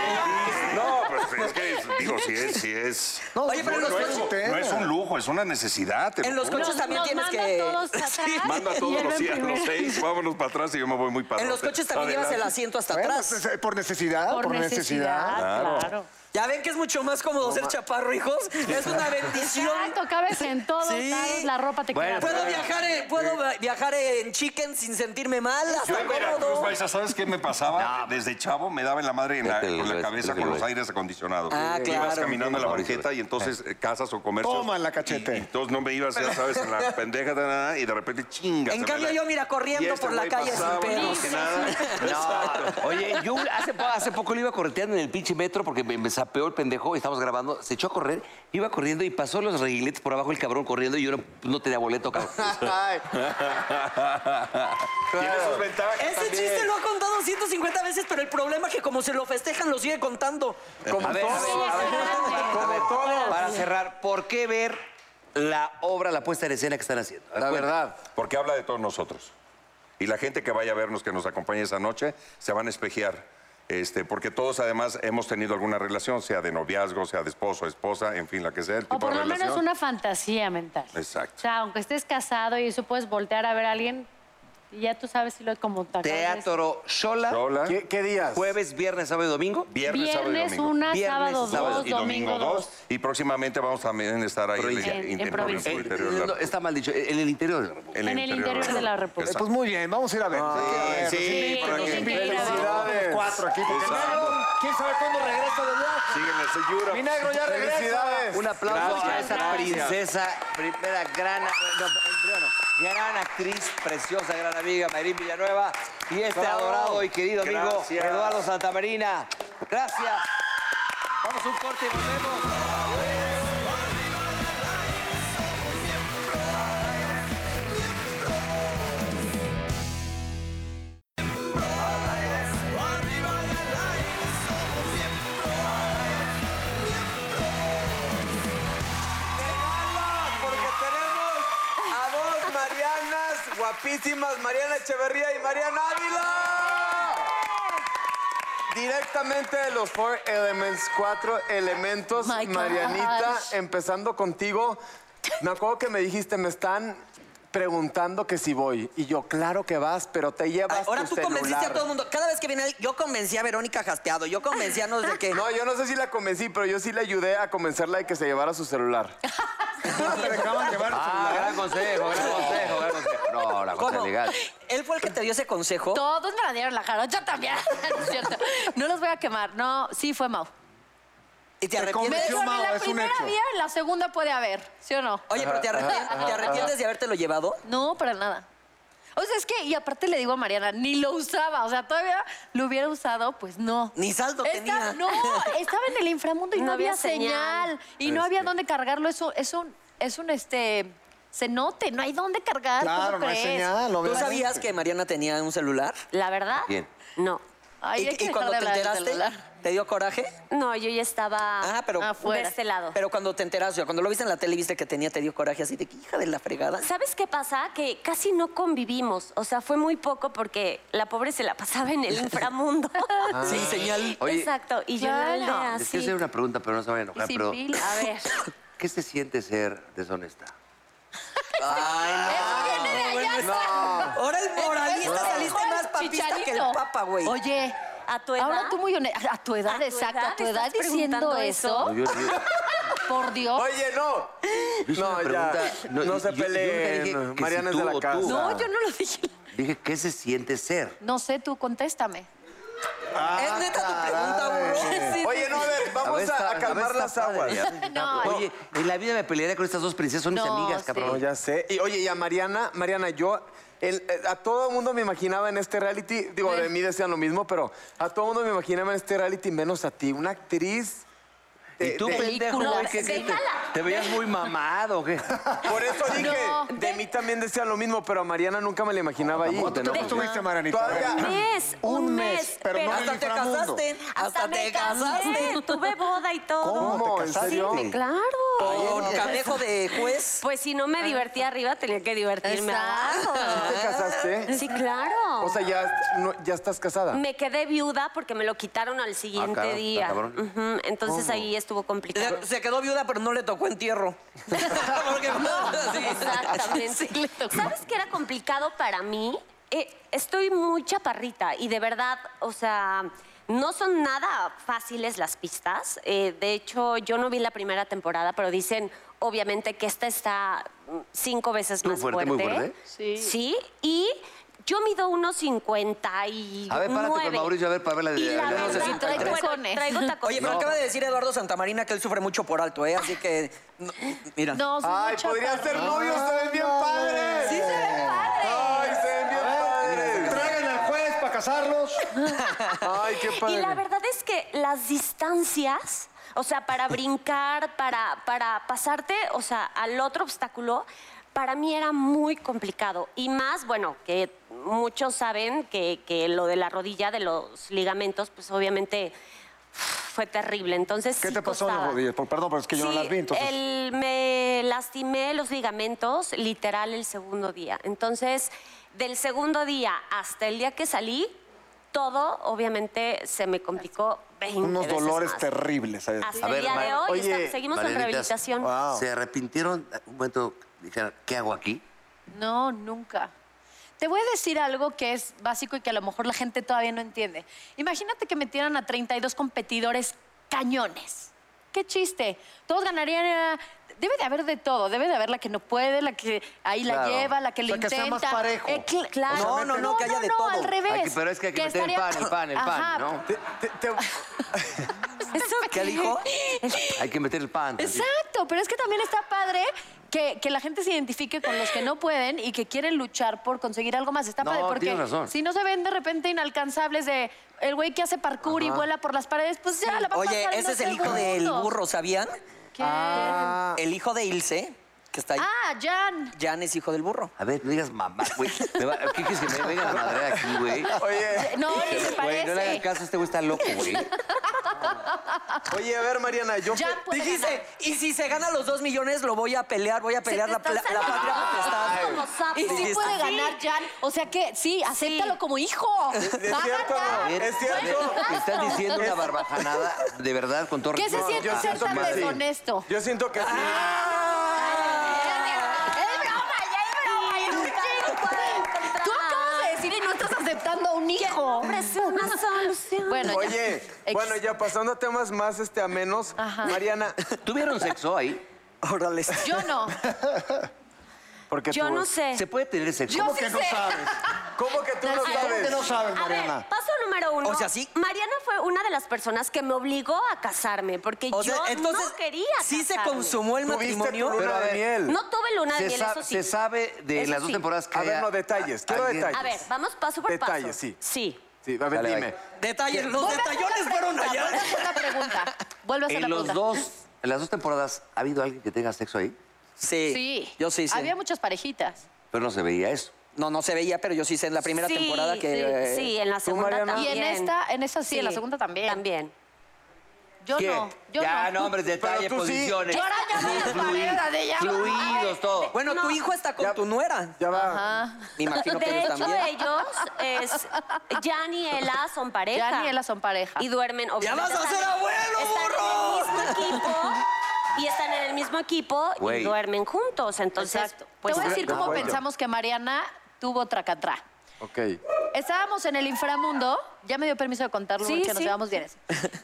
Speaker 1: viajo en business. No, pues es que, digo, si es, si es.
Speaker 5: No,
Speaker 4: Oye, pero
Speaker 5: no,
Speaker 4: en los
Speaker 1: No es,
Speaker 4: coches-
Speaker 1: no es un lujo, es una necesidad. te lo
Speaker 4: En los
Speaker 1: juro.
Speaker 4: coches
Speaker 11: Nos-
Speaker 4: también
Speaker 11: nos
Speaker 4: tienes
Speaker 11: mandan
Speaker 4: que.
Speaker 11: todos atrás.
Speaker 4: Sí.
Speaker 1: Manda a
Speaker 11: Y
Speaker 1: todos
Speaker 11: él
Speaker 1: los,
Speaker 11: va
Speaker 1: sí- a
Speaker 11: en
Speaker 1: los
Speaker 11: primera.
Speaker 1: seis, vámonos para atrás y yo me voy muy para
Speaker 4: En los coches también llevas el asiento hasta
Speaker 5: Bueno,
Speaker 4: atrás.
Speaker 5: pues, eh, por necesidad, por,
Speaker 11: Por necesidad,
Speaker 5: necesidad.
Speaker 11: claro.
Speaker 4: Ya ven que es mucho más cómodo ser chaparro, hijos. Es una bendición.
Speaker 11: Exacto, cabes en todos
Speaker 4: Sí.
Speaker 11: lados, la ropa te
Speaker 2: Bueno,
Speaker 11: queda.
Speaker 4: Puedo viajar, en- puedo viajar en chicken sin sentirme mal,
Speaker 1: Yo
Speaker 4: hasta
Speaker 1: en Veracruz,
Speaker 4: cómodo.
Speaker 1: Paisa, ¿sabes qué me pasaba? Desde chavo me daba en la madre en la-
Speaker 2: Vete,
Speaker 1: con la
Speaker 2: güey,
Speaker 1: cabeza
Speaker 2: vete,
Speaker 1: con los
Speaker 2: güey.
Speaker 1: aires acondicionados.
Speaker 4: Ah,
Speaker 1: Ibas
Speaker 4: claro.
Speaker 1: caminando en la
Speaker 2: Mauricio,
Speaker 1: banqueta y entonces eh, casas o comercios.
Speaker 5: Toma la cachete.
Speaker 1: Y, y entonces no me ibas, ya sabes, en la pendeja ta, ta, ta, y de repente chinga.
Speaker 4: En
Speaker 1: se
Speaker 4: cambio,
Speaker 1: me
Speaker 4: yo, mira, corriendo
Speaker 1: Y este
Speaker 4: por la
Speaker 1: güey
Speaker 4: calle sin
Speaker 1: pasaba,
Speaker 4: pedos.
Speaker 1: que nada.
Speaker 2: No. Oye, yo hace, po- hace poco le iba correteando en el pinche metro porque me, me sapeó el pendejo y estábamos grabando. Se echó a correr, iba corriendo y pasó los reguiletes por abajo el cabrón corriendo y yo no, pues, no tenía boleto, cabrón.
Speaker 1: Tiene sus ventajas
Speaker 4: Ese
Speaker 1: también.
Speaker 4: chiste lo ha contado 150 veces, pero el problema es que como se lo festejan, lo sigue contando. Como
Speaker 2: A ver,
Speaker 4: todo.
Speaker 2: a ver, a ver.
Speaker 4: Como todo.
Speaker 2: Para cerrar, ¿por qué ver la obra, la puesta en escena que están haciendo? A ver,
Speaker 3: La
Speaker 2: cuenta.
Speaker 3: verdad.
Speaker 1: Porque habla de todos nosotros. Y la gente que vaya a vernos, que nos acompañe esa noche, se van a espejear. Este, porque todos además hemos tenido alguna relación, sea de noviazgo, sea de esposo, esposa, en fin, la que sea el tipo
Speaker 11: O por
Speaker 1: de
Speaker 11: lo
Speaker 1: relación.
Speaker 11: menos una fantasía mental.
Speaker 1: Exacto.
Speaker 11: O sea, aunque estés casado y eso puedes voltear a ver a alguien y ya tú sabes si lo como te acabas de decir.
Speaker 2: Teatro Shola,
Speaker 1: Lola,
Speaker 3: ¿Qué, qué días?
Speaker 2: jueves, viernes, sábado y domingo.
Speaker 1: viernes, sábado y
Speaker 11: Viernes
Speaker 1: domingo.
Speaker 11: una,
Speaker 2: Viernes,
Speaker 11: sábado
Speaker 1: Sábado
Speaker 11: dos,
Speaker 1: y domingo dos.
Speaker 11: dos.
Speaker 1: Y próximamente vamos también a estar ahí
Speaker 2: Provincia.
Speaker 1: en, el
Speaker 11: En-
Speaker 1: interior,
Speaker 11: en provincia.
Speaker 1: en su
Speaker 2: El-
Speaker 1: interior, la-
Speaker 2: no, está mal dicho, en el interior de la República.
Speaker 11: En el interior de la República.
Speaker 5: Eh, Pues muy bien, vamos a ir a ver.
Speaker 1: Ah, Sí, sí,
Speaker 11: Sí,
Speaker 1: para que-
Speaker 11: tienen que ir a ver.
Speaker 3: Felicidades.
Speaker 5: Cuatro aquí, porque
Speaker 1: Exacto.
Speaker 5: Negro, quién sabe cuándo regresa de viaje.
Speaker 1: Síguenle, señora.
Speaker 5: Mi negro ya regresa.
Speaker 3: Felicidades.
Speaker 2: Un aplauso a
Speaker 1: Gracias,
Speaker 2: esa princesa, primera gran, no, primero, gran actriz, preciosa, gran amiga, Mayrín Villanueva, y este
Speaker 3: Bravo.
Speaker 2: adorado y querido amigo,
Speaker 1: Gracias.
Speaker 2: Eduardo Santamarina. Gracias. Vamos a un corte y volvemos.
Speaker 3: porque tenemos a dos Marianas guapísimas, Mariana Echeverría y Mariana Ávila. Directamente de los Four Elements, cuatro elementos,
Speaker 11: My gosh.
Speaker 3: Marianita, empezando contigo, me acuerdo que me dijiste, me están preguntando que si voy. Y yo, claro que vas, pero te llevas
Speaker 4: Ay, Ahora
Speaker 3: tu
Speaker 4: tú convenciste a
Speaker 3: celular".
Speaker 4: todo el mundo. Cada vez que viene alguien, yo convencí a Verónica Jaspeado, yo convencí a no sé qué.
Speaker 3: No, yo no sé si la convencí, pero yo sí le ayudé a convencerla de que se llevara su celular.
Speaker 5: No te dejaban llevar el
Speaker 2: Ah,
Speaker 5: celular.
Speaker 2: gran consejo, gran consejo, gran consejo. No, la cosa
Speaker 4: ¿Cómo?
Speaker 2: es legal.
Speaker 4: Él fue el que te dio ese consejo.
Speaker 11: Todos me la dieron la jarocha también. No es cierto. No los voy a quemar. No, sí fue Mau.
Speaker 4: Y te
Speaker 11: Me
Speaker 4: arrepientes.
Speaker 5: convenció.
Speaker 11: dijo,
Speaker 5: Mau,
Speaker 11: en la
Speaker 5: es un
Speaker 11: primera
Speaker 5: hecho.
Speaker 11: había, en la segunda puede haber, ¿sí o no?
Speaker 4: Oye, pero te arrepientes, ¿te arrepientes de habértelo llevado.
Speaker 11: No, para nada. O sea, es que, y aparte le digo a Mariana, ni lo usaba. O sea, todavía lo hubiera usado, pues no.
Speaker 4: Ni saldo tenía.
Speaker 11: Estaba- no, estaba en el inframundo y no, había, señal. Y
Speaker 5: Este.
Speaker 11: no había dónde cargarlo. Eso es un, es un este cenote, no hay dónde cargar.
Speaker 5: Claro,
Speaker 11: ¿cómo
Speaker 5: no hay
Speaker 11: crees?
Speaker 5: señal,
Speaker 4: ¿Tú
Speaker 5: obviamente.
Speaker 4: sabías que Mariana tenía un celular?
Speaker 11: La verdad,
Speaker 2: Bien.
Speaker 11: no. Ay,
Speaker 4: ¿Y-
Speaker 11: hay que
Speaker 4: y
Speaker 11: dejar
Speaker 4: cuando te
Speaker 11: de hablar del
Speaker 4: enteraste?
Speaker 11: celular.
Speaker 5: ¿Te dio coraje?
Speaker 12: No, yo ya estaba
Speaker 5: Ah, pero
Speaker 12: afuera. de este lado.
Speaker 5: Pero cuando te enteraste, cuando lo viste en la tele, viste que tenía, te dio coraje así de que hija de la fregada.
Speaker 12: ¿Sabes qué pasa? Que casi no convivimos. O sea, fue muy poco porque la pobre se la pasaba en el inframundo.
Speaker 2: Ah. Sí, señal. Oye,
Speaker 12: Exacto. Y yo en la
Speaker 2: No,
Speaker 12: aldea,
Speaker 2: Ah, Les quiero
Speaker 12: sí.
Speaker 2: hacer una pregunta, pero no se vayan
Speaker 12: Y
Speaker 2: a enojar.
Speaker 12: sin
Speaker 2: pero,
Speaker 12: pila. A ver.
Speaker 2: ¿Qué se siente ser deshonesta?
Speaker 5: Ahora el moralista saliste más papista que el papa, güey.
Speaker 11: Oye,
Speaker 12: a tu
Speaker 11: edad. Ahora tú muy honesta. A tu edad, exacto. a tu edad
Speaker 12: estás
Speaker 11: diciendo
Speaker 12: preguntando
Speaker 11: eso.
Speaker 2: No, yo- yo-
Speaker 11: Por Dios.
Speaker 3: Oye, no.
Speaker 2: Yo hice
Speaker 3: No,
Speaker 2: una
Speaker 3: ya.
Speaker 2: pregunta.
Speaker 3: No se
Speaker 2: yo- yo nunca
Speaker 3: peleen.
Speaker 2: dije que si
Speaker 3: Mariana es
Speaker 2: tú
Speaker 3: de la
Speaker 2: o tú.
Speaker 3: casa.
Speaker 11: No, yo no lo dije.
Speaker 2: Dije, ¿qué se siente ser?
Speaker 11: No sé, tú contéstame.
Speaker 3: es neta tu pregunta,
Speaker 11: Sí,
Speaker 3: Oye, no, a ver, vamos a,
Speaker 2: ver, está-
Speaker 3: a calmar
Speaker 2: ver,
Speaker 3: las
Speaker 2: está
Speaker 3: aguas.
Speaker 2: padre, ya. Ah, Oye, en la vida me pelearía con estas dos princesas, son mis amigas,
Speaker 3: No,
Speaker 2: cabrón.
Speaker 3: ya sé. Y oye, y a Mariana, Mariana, yo. el- eh, a todo el mundo me imaginaba en este reality, digo, de mí decían lo mismo, pero a todo el mundo me imaginaba en este reality, menos a ti, una actriz. eh,
Speaker 2: Y tú, pendejo, güey, ¿qué- qué te- te veías muy mamado, ¿o ¿qué?
Speaker 3: Por eso dije,
Speaker 12: No.
Speaker 3: de mí también decían lo mismo, pero a Mariana nunca me la imaginaba ahí.
Speaker 6: ¿Cuánto tiempo estuviste, Marianita?
Speaker 3: Todavía-
Speaker 12: Un mes, un,
Speaker 6: Un mes,
Speaker 12: mes.
Speaker 6: pero no en el
Speaker 12: hasta te
Speaker 6: inframundo.
Speaker 12: casaste, hasta, te casaste. Tuve boda y todo.
Speaker 6: ¿Cómo? ¿Te
Speaker 12: Sí,
Speaker 6: casaste?
Speaker 12: me- claro.
Speaker 5: Por cadejo de juez.
Speaker 12: Pues si no me divertí arriba, tenía que divertirme abajo.
Speaker 3: ¿Sí te casaste?
Speaker 12: Sí, claro.
Speaker 3: O sea, ya, no, ya estás
Speaker 2: Ah.
Speaker 3: casada.
Speaker 12: me quedé viuda porque me lo quitaron al siguiente
Speaker 3: cabrón,
Speaker 12: día.
Speaker 3: está cabrón.
Speaker 12: Ujú, Entonces
Speaker 3: ¿Cómo?
Speaker 12: ahí estuvo complicado.
Speaker 4: Se, se quedó viuda, pero no le tocó entierro. Porque no, sí.
Speaker 12: Exactamente. ¿Sabes qué era complicado para mí? Eh, estoy muy chaparrita y de verdad, o sea, no son nada fáciles las pistas. Eh, de hecho, yo no vi la primera temporada, pero dicen, obviamente, que esta está mm, cinco veces
Speaker 2: Muy
Speaker 12: más
Speaker 2: fuerte,
Speaker 12: fuerte.
Speaker 2: muy fuerte.
Speaker 12: Sí. Sí, y... Yo mido unos 59.
Speaker 2: A ver, párate con Mauricio, a ver, para ver la de...
Speaker 12: Y la
Speaker 2: la de-
Speaker 12: verdad,
Speaker 2: la de-
Speaker 12: traigo- bueno, traigo tacones.
Speaker 4: Oye, pero
Speaker 2: No.
Speaker 4: acaba de decir Eduardo Santamarina que él sufre mucho por alto, ¿eh? Así que, no, mira.
Speaker 11: No, soy
Speaker 3: Ay,
Speaker 11: muy
Speaker 3: podrían ser
Speaker 11: chaparra.
Speaker 3: novios, se ven bien padres. Sí, se ven padres. Ay, se ven bien padres.
Speaker 6: Traigan al juez para casarlos.
Speaker 3: Ay, qué padre.
Speaker 12: Y la verdad es que las distancias, o sea, para brincar, para, para pasarte, o sea, al otro obstáculo, para mí era muy complicado. Y más, bueno, que muchos saben que, que lo de la rodilla, de los ligamentos, pues obviente fue terrible. Entonces,
Speaker 6: ¿Qué
Speaker 12: sí
Speaker 6: te pasó en las
Speaker 12: costaba.
Speaker 6: rodillas? Por- Perdón, pero es que yo no
Speaker 12: Sí,
Speaker 6: las vi, entonces.
Speaker 12: el- me lastimé los ligamentos literal el segundo día. Entonces, del segundo día hasta el día que salí, todo obviamente se me complicó 20
Speaker 6: Unos
Speaker 12: veces
Speaker 6: dolores
Speaker 12: más.
Speaker 6: terribles. ahí está.
Speaker 12: Hasta el día de
Speaker 2: Mar-
Speaker 12: hoy
Speaker 3: oye,
Speaker 12: está- seguimos en
Speaker 2: Marianitas,
Speaker 12: rehabilitación.
Speaker 2: ¿Se arrepintieron? Un momento, dijeron, ¿qué hago aquí?
Speaker 11: No, nunca. Te voy a decir algo que es básico y que a lo mejor la gente todavía no entiende. Imagínate que metieran a 32 competidores cañones. ¡Qué chiste! Todos ganarían... eh, Debe de haber de todo. Debe de haber la que no puede, la que ahí la
Speaker 2: Claro.
Speaker 11: lleva, la que
Speaker 6: O
Speaker 11: le
Speaker 6: sea, que sea
Speaker 11: intenta. Eh,
Speaker 6: más parejo.
Speaker 11: cl- claro.
Speaker 4: No, no, no, que haya de todo.
Speaker 11: al revés.
Speaker 2: Aquí- pero es que hay que, meter el
Speaker 11: estaría-
Speaker 2: pan, el pan, el pan,
Speaker 11: Ajá. pues,
Speaker 2: ¿no?
Speaker 3: Te- te- te-
Speaker 12: ¿Eso
Speaker 5: ¿Qué dijo?
Speaker 2: Hay que meter el pan. tantito.
Speaker 11: Exacto, pero es que también está padre que, que la gente se identifique con los que no pueden y que quieren luchar por conseguir algo más. Está
Speaker 2: No,
Speaker 11: padre porque
Speaker 2: tienes razón.
Speaker 11: si no se ven de repente inalcanzables de el güey que hace parkour y vuela por las paredes, pues ya la va a
Speaker 4: Oye,
Speaker 11: pasar en
Speaker 4: ese es
Speaker 11: dos
Speaker 4: el hijo del
Speaker 11: segundos.
Speaker 4: burro, ¿sabían? Ah,
Speaker 11: ¿Qué?
Speaker 4: El hijo de Ilse, que está ahí.
Speaker 11: Ah, Jan.
Speaker 4: Jan es hijo del burro.
Speaker 2: A ver, no digas mamá, güey. Me va- ¿Qué quieres que me venga la madre aquí, güey?
Speaker 3: oye,
Speaker 11: No, ni
Speaker 2: Güey,
Speaker 11: se
Speaker 2: no le hagas
Speaker 11: parece.
Speaker 2: caso, este güey está loco, güey.
Speaker 3: oye, a ver, Mariana, yo.
Speaker 11: Jan puede ganar.
Speaker 4: Dijiste, y si se gana los dos millones, lo voy a pelear, voy a pelear la, pla- la patria potestad.
Speaker 12: como sapo.
Speaker 11: Y sí puede ganar Jan. O sea que sí, acéptalo como hijo.
Speaker 3: Es
Speaker 11: Va a
Speaker 3: cierto,
Speaker 11: ganar.
Speaker 3: es cierto.
Speaker 2: Me estás diciendo una barbajanada, de verdad, con todo
Speaker 11: ¿Qué se
Speaker 2: respeto.
Speaker 11: siente
Speaker 3: yo
Speaker 11: ser
Speaker 3: siento
Speaker 11: tan
Speaker 3: que sí.
Speaker 11: deshonesto?
Speaker 3: Yo siento que sí.
Speaker 11: Es broma, ya es broma, ya es broma. Tú acabas de decir y no estás aceptando a un hijo.
Speaker 12: Es una solución.
Speaker 11: Bueno, ya.
Speaker 3: Oye,
Speaker 11: Ex-
Speaker 3: bueno, ya pasando a temas más este, amenos,
Speaker 11: Ajá.
Speaker 3: Mariana,
Speaker 2: ¿Tuvieron sexo ahí?
Speaker 4: Órale.
Speaker 11: Yo no.
Speaker 3: porque
Speaker 12: Yo
Speaker 3: tú,
Speaker 12: no sé.
Speaker 2: ¿Se puede tener sexo?
Speaker 11: Yo sí
Speaker 6: que no
Speaker 11: sé.
Speaker 6: sabes?
Speaker 3: ¿Cómo que tú no
Speaker 11: Nací-
Speaker 6: ¿Cómo que
Speaker 3: sabes?
Speaker 6: no sabes,
Speaker 12: A ver,
Speaker 6: Mariana?
Speaker 12: paso número uno.
Speaker 4: O sea, sí.
Speaker 12: Mariana fue una de las personas que me obligó a casarme porque
Speaker 4: O sea,
Speaker 12: yo
Speaker 4: entonces,
Speaker 12: no quería
Speaker 4: ¿sí se
Speaker 12: casarme.
Speaker 4: consumó el
Speaker 3: Tuviste tu
Speaker 4: matrimonio?
Speaker 3: luna de miel.
Speaker 12: No tuve luna de
Speaker 2: Se,
Speaker 12: miel,
Speaker 2: sa-
Speaker 12: eso sí.
Speaker 2: se sabe de
Speaker 12: Eso
Speaker 2: las dos
Speaker 12: sí.
Speaker 2: temporadas que
Speaker 3: A ver,
Speaker 2: haya-
Speaker 3: no, detalles, quiero
Speaker 2: alguien-
Speaker 3: detalles.
Speaker 12: A ver, vamos paso por paso.
Speaker 3: Detalles, sí.
Speaker 12: Sí.
Speaker 3: Sí, a ver,
Speaker 2: Dale,
Speaker 3: dime.
Speaker 4: Detalles, los
Speaker 11: Vuelve a hacer
Speaker 4: detallones
Speaker 11: la
Speaker 4: fueron
Speaker 11: pregunta,
Speaker 4: allá.
Speaker 11: Vuelve a hacer la pregunta. Vuelve a hacer la
Speaker 2: En los
Speaker 11: pregunta.
Speaker 2: dos, en las dos temporadas, ¿ha habido alguien que tenga sexo ahí?
Speaker 4: Sí.
Speaker 11: Sí.
Speaker 4: Yo sí, sí.
Speaker 11: Había muchas parejitas.
Speaker 2: Pero no se veía eso.
Speaker 4: No, no se veía, pero yo sí sé en la primera
Speaker 12: Sí,
Speaker 4: temporada que.
Speaker 12: Sí,
Speaker 4: eh,
Speaker 12: sí, en la segunda
Speaker 3: Mariana?
Speaker 12: también.
Speaker 11: Y en esta, en esta sí, en la segunda también.
Speaker 12: También.
Speaker 11: Yo
Speaker 2: ¿Qué?
Speaker 11: no, yo
Speaker 2: ya,
Speaker 11: no.
Speaker 2: hombres, detalles,
Speaker 11: Pero tú sí.
Speaker 2: posiciones.
Speaker 11: Yo ahora ya veo
Speaker 2: Fluid-
Speaker 11: paredes de ella.
Speaker 2: Fluidos, todo.
Speaker 4: Bueno, tu hijo está con tu nuera. Ya
Speaker 3: va.
Speaker 4: Me imagino que
Speaker 12: de
Speaker 4: ellos
Speaker 12: hecho,
Speaker 4: también.
Speaker 12: ellos, es, Jan y Ela son pareja.
Speaker 11: Jan y Ela son pareja.
Speaker 12: Y duermen, obviamente.
Speaker 11: vas a
Speaker 12: están-
Speaker 11: ser abuelo,
Speaker 12: Están en el mismo equipo. Y están en el mismo equipo
Speaker 11: Güey.
Speaker 12: y duermen juntos. Entonces, pues...
Speaker 11: Te voy a decir cómo
Speaker 12: Bueno.
Speaker 11: pensamos que Mariana tuvo tracatrá.
Speaker 3: Ok.
Speaker 11: Estábamos en el inframundo, ya me dio permiso de contarlo
Speaker 8: Sí,
Speaker 11: porque nos
Speaker 8: sí.
Speaker 11: llevamos bien.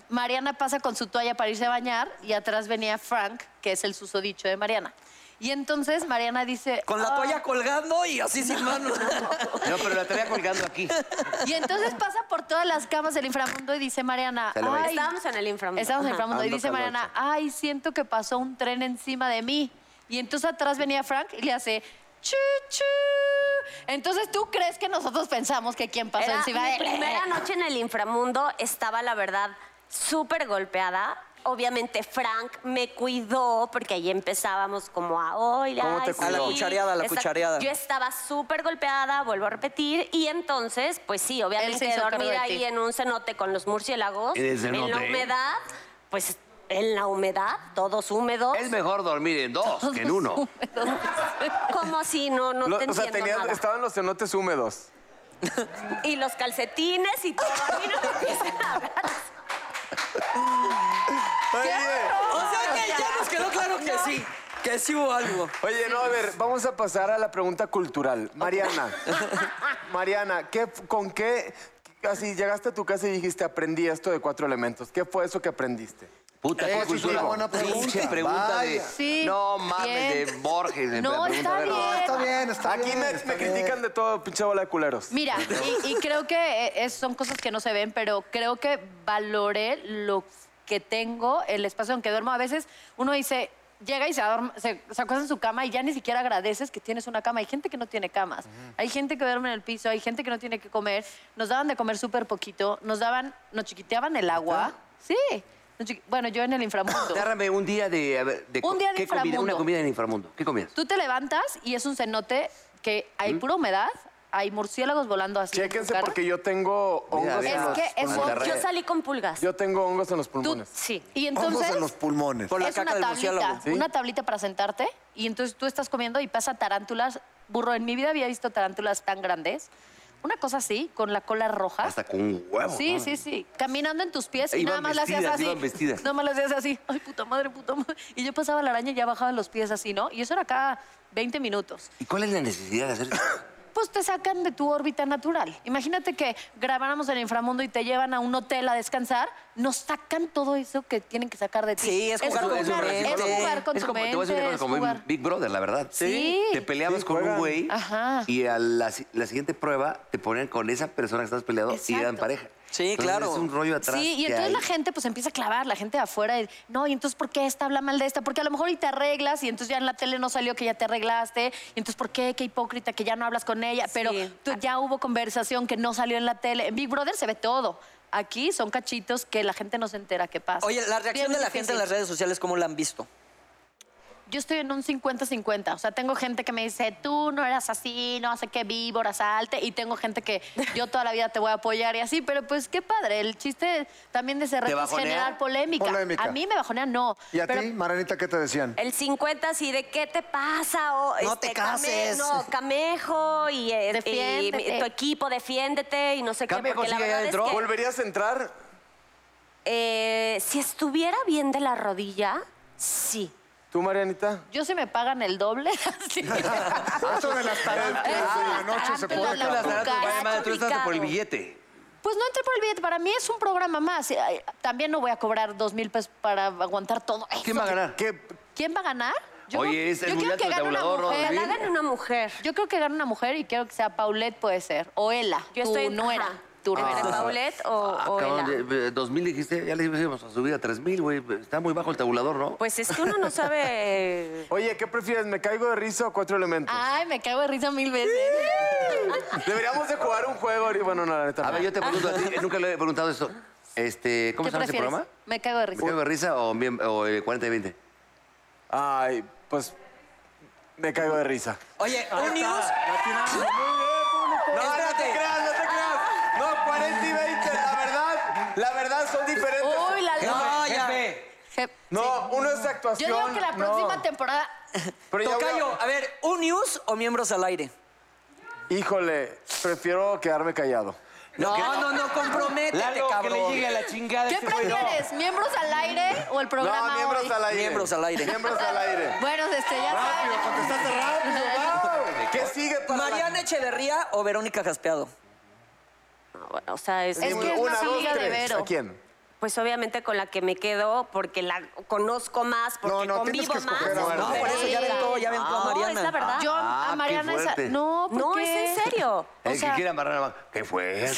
Speaker 11: Mariana pasa con su toalla para irse a bañar y atrás venía Frank, que es el susodicho de Mariana. Y entonces Mariana dice...
Speaker 6: Con la
Speaker 11: "Ah".
Speaker 6: toalla colgando y así sin manos.
Speaker 2: No, pero la traía colgando aquí.
Speaker 11: Y entonces pasa por todas las camas del inframundo y dice Mariana...
Speaker 2: Se le va a ir.
Speaker 11: "Ay".
Speaker 12: Estábamos en el inframundo.
Speaker 11: Estábamos en el
Speaker 12: Ajá.
Speaker 11: inframundo y
Speaker 2: Ando
Speaker 11: dice Mariana, ay, siento que pasó un tren encima de mí. Y entonces atrás venía Frank y le hace... Chu, chu. Entonces, ¿tú crees que nosotros pensamos que quién pasó
Speaker 12: Era
Speaker 11: encima de
Speaker 12: mi
Speaker 11: él?
Speaker 12: primera noche en el inframundo estaba, la verdad, súper golpeada. Obviamente Frank me cuidó porque ahí empezábamos como a hoy.
Speaker 4: ¿Cómo te cuidó? A la cuchareada, a la cuchareada.
Speaker 12: Yo estaba súper golpeada, vuelvo a repetir, y entonces, pues sí, obviamente
Speaker 11: hizo cargo de
Speaker 12: dormir
Speaker 11: ti.
Speaker 12: ahí en un cenote con los murciélagos,
Speaker 2: Y desde el
Speaker 12: en la
Speaker 2: hotel.
Speaker 12: humedad, pues en la humedad, todos húmedos,
Speaker 2: Es mejor dormir en dos que en uno.
Speaker 12: como si no, no
Speaker 3: Lo-
Speaker 12: te
Speaker 3: o sea,
Speaker 12: entiendo
Speaker 3: tenías-
Speaker 12: nada.
Speaker 3: estaban los cenotes húmedos.
Speaker 12: Y los calcetines y todo. A mí no me empiecen a hablar
Speaker 6: O sea que ya nos quedó claro que sí. Que sí hubo algo.
Speaker 3: Oye, no, a ver, vamos a pasar a la pregunta cultural. Mariana, Mariana, ¿qué, ¿con qué, así llegaste a tu casa y dijiste, aprendí esto de cuatro elementos? ¿Qué fue eso que aprendiste?
Speaker 2: Puta, qué
Speaker 3: Esa es
Speaker 2: cultura.
Speaker 3: una buena
Speaker 2: Pinche
Speaker 3: pregunta.
Speaker 2: pregunta de.
Speaker 3: Vaya.
Speaker 11: Sí,
Speaker 2: No mames,
Speaker 11: bien.
Speaker 2: de Borges. de
Speaker 11: No,
Speaker 2: pregunta,
Speaker 11: está
Speaker 2: a ver,
Speaker 11: bien.
Speaker 5: Está bien, está
Speaker 3: Aquí
Speaker 5: bien.
Speaker 3: me,
Speaker 5: está
Speaker 3: me
Speaker 5: bien.
Speaker 3: critican de todo, pinche bola de culeros.
Speaker 11: Mira, y, y creo que eh, es- son cosas que no se ven, pero creo que valoré lo que tengo, el espacio en que duermo. A veces uno dice, llega y se, adorm- se, se acuesta en su cama y ya ni siquiera agradeces que tienes una cama. Hay gente que no tiene camas, hay gente que duerme en el piso, hay gente que no tiene que comer. Nos daban de comer súper poquito, nos daban, nos chiquiteaban el agua. Sí. nos chiqui- Bueno, yo en el inframundo.
Speaker 2: Agárrame un día de. a ver, de
Speaker 11: Un día de
Speaker 2: ¿qué comida? Una
Speaker 11: inframundo.
Speaker 2: comida en el inframundo. ¿Qué comías?
Speaker 11: Tú te levantas y es un cenote que hay pura humedad, hay murciélagos volando así. en tu
Speaker 3: Chéquense
Speaker 11: cara.
Speaker 3: porque yo tengo hongos
Speaker 11: mira.
Speaker 3: en
Speaker 11: Es
Speaker 3: los
Speaker 11: que es
Speaker 3: pulmones.
Speaker 12: Yo salí con pulgas.
Speaker 3: Yo tengo hongos en los pulmones.
Speaker 11: Sí. Y
Speaker 5: Ojos
Speaker 11: entonces
Speaker 5: en los pulmones.
Speaker 11: es una tablita,
Speaker 3: ¿sí?
Speaker 11: una tablita para sentarte y entonces tú estás comiendo y pasa tarántulas. Burro, en mi vida había visto tarántulas tan grandes. Una cosa así, con la cola roja.
Speaker 2: Hasta con un huevo.
Speaker 11: ¿Ah? Sí,
Speaker 2: ¿no?
Speaker 11: sí, sí. Caminando en tus pies y
Speaker 2: Iban
Speaker 11: nada más las hacías
Speaker 2: vestidas,
Speaker 11: así.
Speaker 2: iban vestidas.
Speaker 11: Nada más las hacías así. Ay, puta madre, puta madre. Y yo pasaba la araña y ya bajaba los pies así, ¿no? Y eso era cada 20 minutos.
Speaker 2: ¿Y cuál es la necesidad de hacer
Speaker 11: Pues te sacan de tu órbita natural. Imagínate que grabáramos en inframundo y te llevan a un hotel a descansar. Nos sacan todo eso que tienen que sacar de ti.
Speaker 6: Sí, es jugar con tu mente.
Speaker 11: Es jugar con
Speaker 2: es
Speaker 11: tu
Speaker 2: como,
Speaker 11: mente.
Speaker 2: Te voy a decir una cosa,
Speaker 11: es
Speaker 2: como
Speaker 11: jugar.
Speaker 2: en Big Brother, la verdad.
Speaker 11: Sí.
Speaker 2: Te peleabas
Speaker 3: Sí,
Speaker 2: con un
Speaker 3: juegan.
Speaker 2: güey
Speaker 11: Ajá.
Speaker 2: y a la, si- la siguiente prueba te ponían con esa persona que estás peleado y eran
Speaker 11: Exacto.
Speaker 2: pareja.
Speaker 6: Sí,
Speaker 2: Entonces,
Speaker 6: claro.
Speaker 2: Es un rollo atrás.
Speaker 11: Sí, y
Speaker 2: que
Speaker 11: entonces
Speaker 2: hay.
Speaker 11: la gente pues empieza a clavar, la gente de afuera, y, no, y entonces ¿por qué esta habla mal de esta? Porque a lo mejor y te arreglas y entonces ya en la tele no salió que ya te arreglaste, y entonces ¿por qué? Qué hipócrita que ya no hablas con ella, pero tú- ya hubo conversación que no salió en la tele. En Big Brother se ve todo. Aquí son cachitos que la gente no se entera qué pasa.
Speaker 6: Oye, la reacción
Speaker 11: Bien
Speaker 6: de la
Speaker 11: difícil.
Speaker 6: gente en las redes sociales, ¿cómo la han visto?
Speaker 11: Yo estoy en un 50-50. O sea, tengo gente que me dice, tú no eras así, no sé qué víbora, salte. Y tengo gente que yo toda la vida te voy a apoyar y así. Pero pues qué padre. El chiste también de ese reto es
Speaker 2: bajonea?
Speaker 11: generar polémica.
Speaker 5: Polémica.
Speaker 11: A mí me bajonea, no.
Speaker 5: ¿Y a
Speaker 11: Pero
Speaker 5: ti, Maranita, qué te decían?
Speaker 12: El 50 así de qué te pasa o este,
Speaker 6: No te cases.
Speaker 12: no, camejo y, eh,
Speaker 11: Defiéndete.
Speaker 12: y tu equipo defiéndete y no sé
Speaker 2: Camejo
Speaker 12: qué porque la
Speaker 2: sigue allá
Speaker 12: verdad es
Speaker 2: adentro.
Speaker 12: que,
Speaker 3: ¿Volverías a entrar?
Speaker 12: eh, si estuviera bien de la rodilla, sí.
Speaker 3: ¿Tú, Marianita?
Speaker 11: Yo si me pagan el doble. así.
Speaker 3: Ah,
Speaker 5: Eso de las tarántulas en la noche se
Speaker 11: tarántulas,
Speaker 5: puede.
Speaker 11: las
Speaker 5: cabrón.
Speaker 11: tarántulas.
Speaker 2: Tarántulas,
Speaker 11: Está
Speaker 2: vale madre, tú estás por el
Speaker 12: complicado.
Speaker 2: billete.
Speaker 11: Pues no entré por el billete. Para mí es un programa más. Eh, También no voy a cobrar dos mil pesos para aguantar todo eso.
Speaker 2: ¿Quién va a ganar?
Speaker 11: ¿Quién va a ganar? Yo
Speaker 2: Oye,
Speaker 11: creo-
Speaker 2: es el
Speaker 11: yo quiero
Speaker 2: mulato
Speaker 11: que
Speaker 2: del
Speaker 12: Que
Speaker 2: tabulador, ¿no?
Speaker 11: gane una mujer.
Speaker 12: la hagan una mujer.
Speaker 11: Yo creo que gana una mujer y quiero que sea Paulette, puede ser. O Ela.
Speaker 12: Yo
Speaker 11: tu
Speaker 12: estoy
Speaker 11: nuera.
Speaker 12: ajá,
Speaker 11: Tu
Speaker 12: entre
Speaker 11: nuera.
Speaker 12: Paulette o,
Speaker 2: Ah,
Speaker 12: o
Speaker 2: cabrón,
Speaker 12: Ela.
Speaker 2: de- de- dos mil dijiste, ya le íbamos a subir a tres mil, güey. Está muy bajo el tabulador, ¿no?
Speaker 12: Pues es que uno no sabe.
Speaker 3: Oye, ¿qué prefieres? ¿Me caigo de risa o cuatro elementos?
Speaker 11: Ay, me cago de risa mil veces.
Speaker 3: Deberíamos de jugar un juego. ahorita. Bueno, no, la neta.
Speaker 2: a
Speaker 3: no.
Speaker 2: ver, yo te pregunto a ti, eh, nunca le he preguntado esto. Este, ¿Cómo
Speaker 11: ¿Qué
Speaker 2: se llama ese
Speaker 11: prefieres?
Speaker 2: programa?
Speaker 11: Me cago de
Speaker 2: ¿Me
Speaker 11: risa.
Speaker 2: caigo de risa o, miem- o el 40 y 20?
Speaker 3: Ay, pues me caigo de risa.
Speaker 6: Oye, unidos.
Speaker 3: No, no te creas, no te creas. No, 40 y 20, la verdad, la verdad son diferentes.
Speaker 11: Uy, la
Speaker 6: No, ya.
Speaker 3: No, uno es actuación.
Speaker 11: Yo digo que la
Speaker 3: no.
Speaker 11: próxima temporada.
Speaker 3: Pero ya
Speaker 4: Tocayo,
Speaker 3: veo-
Speaker 4: a ver, ¿un news o miembros al aire?
Speaker 3: Híjole, prefiero quedarme callado.
Speaker 4: No, no, no, comprométete,
Speaker 2: Lalo,
Speaker 4: cabrón.
Speaker 2: que le llegue a la chingada.
Speaker 11: ¿Qué
Speaker 2: este güey, no.
Speaker 11: prefieres? ¿Miembros al aire o el programa?
Speaker 3: No, miembros
Speaker 11: hoy?
Speaker 3: al aire.
Speaker 4: Miembros al aire.
Speaker 3: Miembros al aire.
Speaker 11: Bueno, este ya
Speaker 3: Rápido,
Speaker 11: saben.
Speaker 3: contestaste rápido, wow. ¿Qué sigue para la-
Speaker 4: ¿Mariana Echeverría o Verónica Jaspeado?
Speaker 12: Bueno, o sea, es,
Speaker 3: Es que es Una, más dos, amiga de tres. Vero. ¿A quién?
Speaker 12: Pues obviamente con la que me quedo, porque la conozco más, porque
Speaker 3: no, tienes
Speaker 12: convivo
Speaker 3: que
Speaker 12: más.
Speaker 3: escoger a Vero. No,
Speaker 4: por eso ya aventó- ya aventó a Mariana.
Speaker 12: No, es la verdad.
Speaker 11: Yo
Speaker 2: Ah,
Speaker 11: a
Speaker 2: qué
Speaker 11: Mariana esa-
Speaker 2: fuerte.
Speaker 11: No, ¿por
Speaker 12: no, es
Speaker 11: qué?
Speaker 12: en serio. O
Speaker 2: El que
Speaker 12: sea,
Speaker 2: quiera amarrar la mano. ¿Qué fue?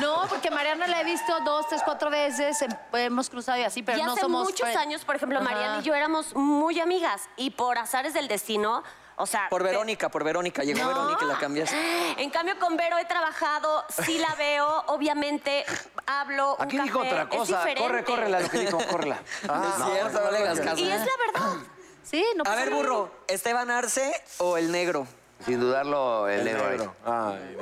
Speaker 11: No, porque a Mariana la he visto dos, tres, cuatro veces, em- hemos cruzado y así, pero
Speaker 12: y
Speaker 11: no
Speaker 12: hace
Speaker 11: somos
Speaker 12: muchos
Speaker 11: friends.
Speaker 12: años, por ejemplo,
Speaker 11: Ajá.
Speaker 12: Mariana y yo éramos muy amigas. Y por azares del destino, o sea...
Speaker 4: Por
Speaker 12: te-
Speaker 4: Verónica, por Verónica. Llegó
Speaker 12: No.
Speaker 4: Verónica y la cambiaste.
Speaker 12: En cambio, con Vero he trabajado, sí la veo, obviamente hablo. un
Speaker 2: Aquí dijo
Speaker 12: café,
Speaker 2: otra
Speaker 12: es
Speaker 2: cosa.
Speaker 12: diferente.
Speaker 2: Corre, córrela, lo que dijo, córrela.
Speaker 4: no es cierto, no le hagas caso.
Speaker 12: Y es la verdad.
Speaker 11: Sí, no
Speaker 4: A
Speaker 11: pasa
Speaker 4: ver,
Speaker 11: nada.
Speaker 4: burro, ¿Esteban Arce o el negro?
Speaker 2: Sin dudarlo, el, héroe.
Speaker 3: Negro. Ay,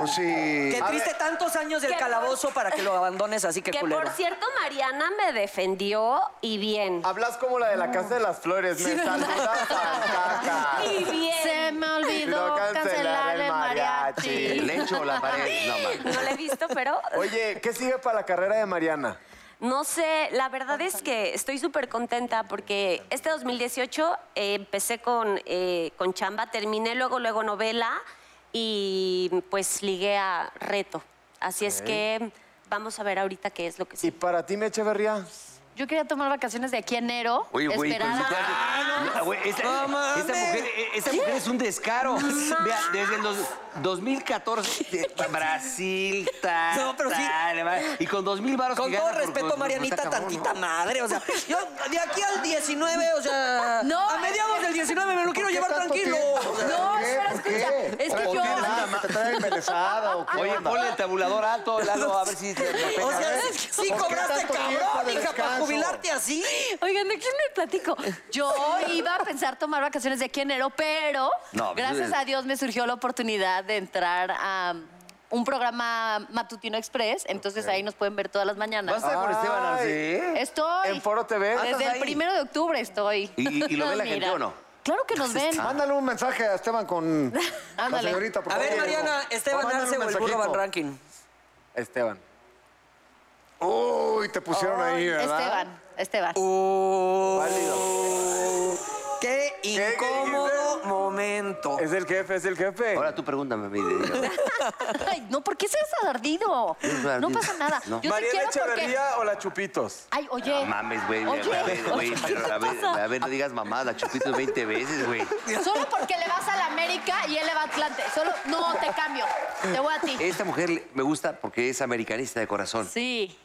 Speaker 3: pues sí.
Speaker 4: Que
Speaker 3: A ver,
Speaker 4: tuviste tantos años del
Speaker 12: Que por-
Speaker 4: calabozo para que lo abandones así que
Speaker 12: Que
Speaker 4: culero.
Speaker 12: por cierto, Mariana me defendió y bien.
Speaker 3: Hablas como la de la Casa de las Flores. Me saludas a caca.
Speaker 12: Y bien.
Speaker 11: Se me olvidó
Speaker 3: No cancelar
Speaker 11: cancelar
Speaker 3: el
Speaker 11: el mariachi.
Speaker 2: El lecho o la pared. No, mames.
Speaker 12: No la he visto, pero
Speaker 3: Oye, ¿qué sigue para la carrera de Mariana?
Speaker 12: no sé. La verdad es que estoy súper contenta porque este 2018 eh, empecé con, eh, con chamba, terminé luego, luego novela y pues ligué a reto. Así es que vamos a ver ahorita qué es lo que
Speaker 3: ¿Y
Speaker 12: sí.
Speaker 3: para ti, mi Echeverría?
Speaker 11: Yo quería tomar vacaciones de aquí a enero.
Speaker 2: Oye, güey,
Speaker 11: esperar
Speaker 2: con su
Speaker 11: a-
Speaker 2: traje- Ah, güey, esta, esta mujer, eh, esta mujer es un descaro. Vea, desde los 2014, de- Brasil, tal,
Speaker 4: No, pero sí.
Speaker 2: tal, va, y con 2000 varos
Speaker 4: Con
Speaker 2: que
Speaker 4: todo
Speaker 2: gana por-
Speaker 4: respeto,
Speaker 2: por-
Speaker 4: Marianita,
Speaker 2: está cabrón, ¿no?
Speaker 4: tantita madre. O sea, yo de aquí al 19, o sea.
Speaker 11: No,
Speaker 4: A mediados del 19 me lo quiero llevar tranquilo. O sea,
Speaker 11: No, espera, escucha. Es que yo.
Speaker 5: ¿Te trae embelesada o qué
Speaker 2: Oye,
Speaker 5: onda?
Speaker 2: ponle el tabulador alto, Lalo, a ver si... te- te
Speaker 4: O
Speaker 2: pega.
Speaker 4: sea, sí
Speaker 5: ¿Por qué
Speaker 4: cobraste
Speaker 5: tanto tiempo
Speaker 4: cabrón,
Speaker 5: de
Speaker 4: hija, para
Speaker 5: descanso?
Speaker 4: jubilarte así.
Speaker 11: Oigan, ¿de quién me platico? Yo iba a pensar tomar vacaciones de aquí a enero, pero
Speaker 2: No, pues,
Speaker 11: gracias
Speaker 2: eh.
Speaker 11: a Dios me surgió la oportunidad de entrar a un programa Matutino Express, entonces ahí nos pueden ver todas las mañanas.
Speaker 2: ¿Vas a estar con Esteban Arce?
Speaker 11: Estoy.
Speaker 3: ¿En Foro TV? Ah,
Speaker 11: Desde
Speaker 3: ¿estás
Speaker 11: el
Speaker 3: ahí?
Speaker 11: primero de octubre estoy.
Speaker 2: ¿Y- y- y lo ve la
Speaker 11: Mira.
Speaker 2: gente o no?
Speaker 11: Claro que nos
Speaker 2: Este,
Speaker 11: ven.
Speaker 5: Mándale un mensaje a Esteban con la
Speaker 11: Ándale.
Speaker 5: señorita, por
Speaker 4: A
Speaker 5: favor.
Speaker 4: ver, Mariana, Esteban
Speaker 3: mándale
Speaker 4: Arce
Speaker 3: un
Speaker 4: o el burro
Speaker 3: mensajito.
Speaker 4: Van Ranking.
Speaker 5: este,
Speaker 3: Esteban.
Speaker 5: Uy, te pusieron ahí, ¿verdad?
Speaker 11: Esteban, Esteban.
Speaker 4: Uh. Qué incómodo
Speaker 3: dijiste?
Speaker 4: momento.
Speaker 3: Es el jefe, es el jefe.
Speaker 2: Ahora tú pregúntame, mi dedo.
Speaker 11: Ay, no, ¿por qué seas ardido?
Speaker 2: soy
Speaker 11: No
Speaker 2: ardido.
Speaker 11: pasa nada.
Speaker 2: No.
Speaker 11: Yo te
Speaker 3: ¿Mariana
Speaker 11: quiero porque.
Speaker 3: Echeverría o la Chupitos?
Speaker 11: Ay, oye.
Speaker 2: No mames, güey. güey,
Speaker 11: Oye.
Speaker 2: A ver, güey, pero a ver, a ver, no digas mamada, chupito 20 veces, güey.
Speaker 11: Solo porque le vas a la América y él le va a Atlante. Solo, no, te cambio. Te voy a ti.
Speaker 2: Esta mujer le- me gusta porque es americanista de corazón.
Speaker 11: Sí.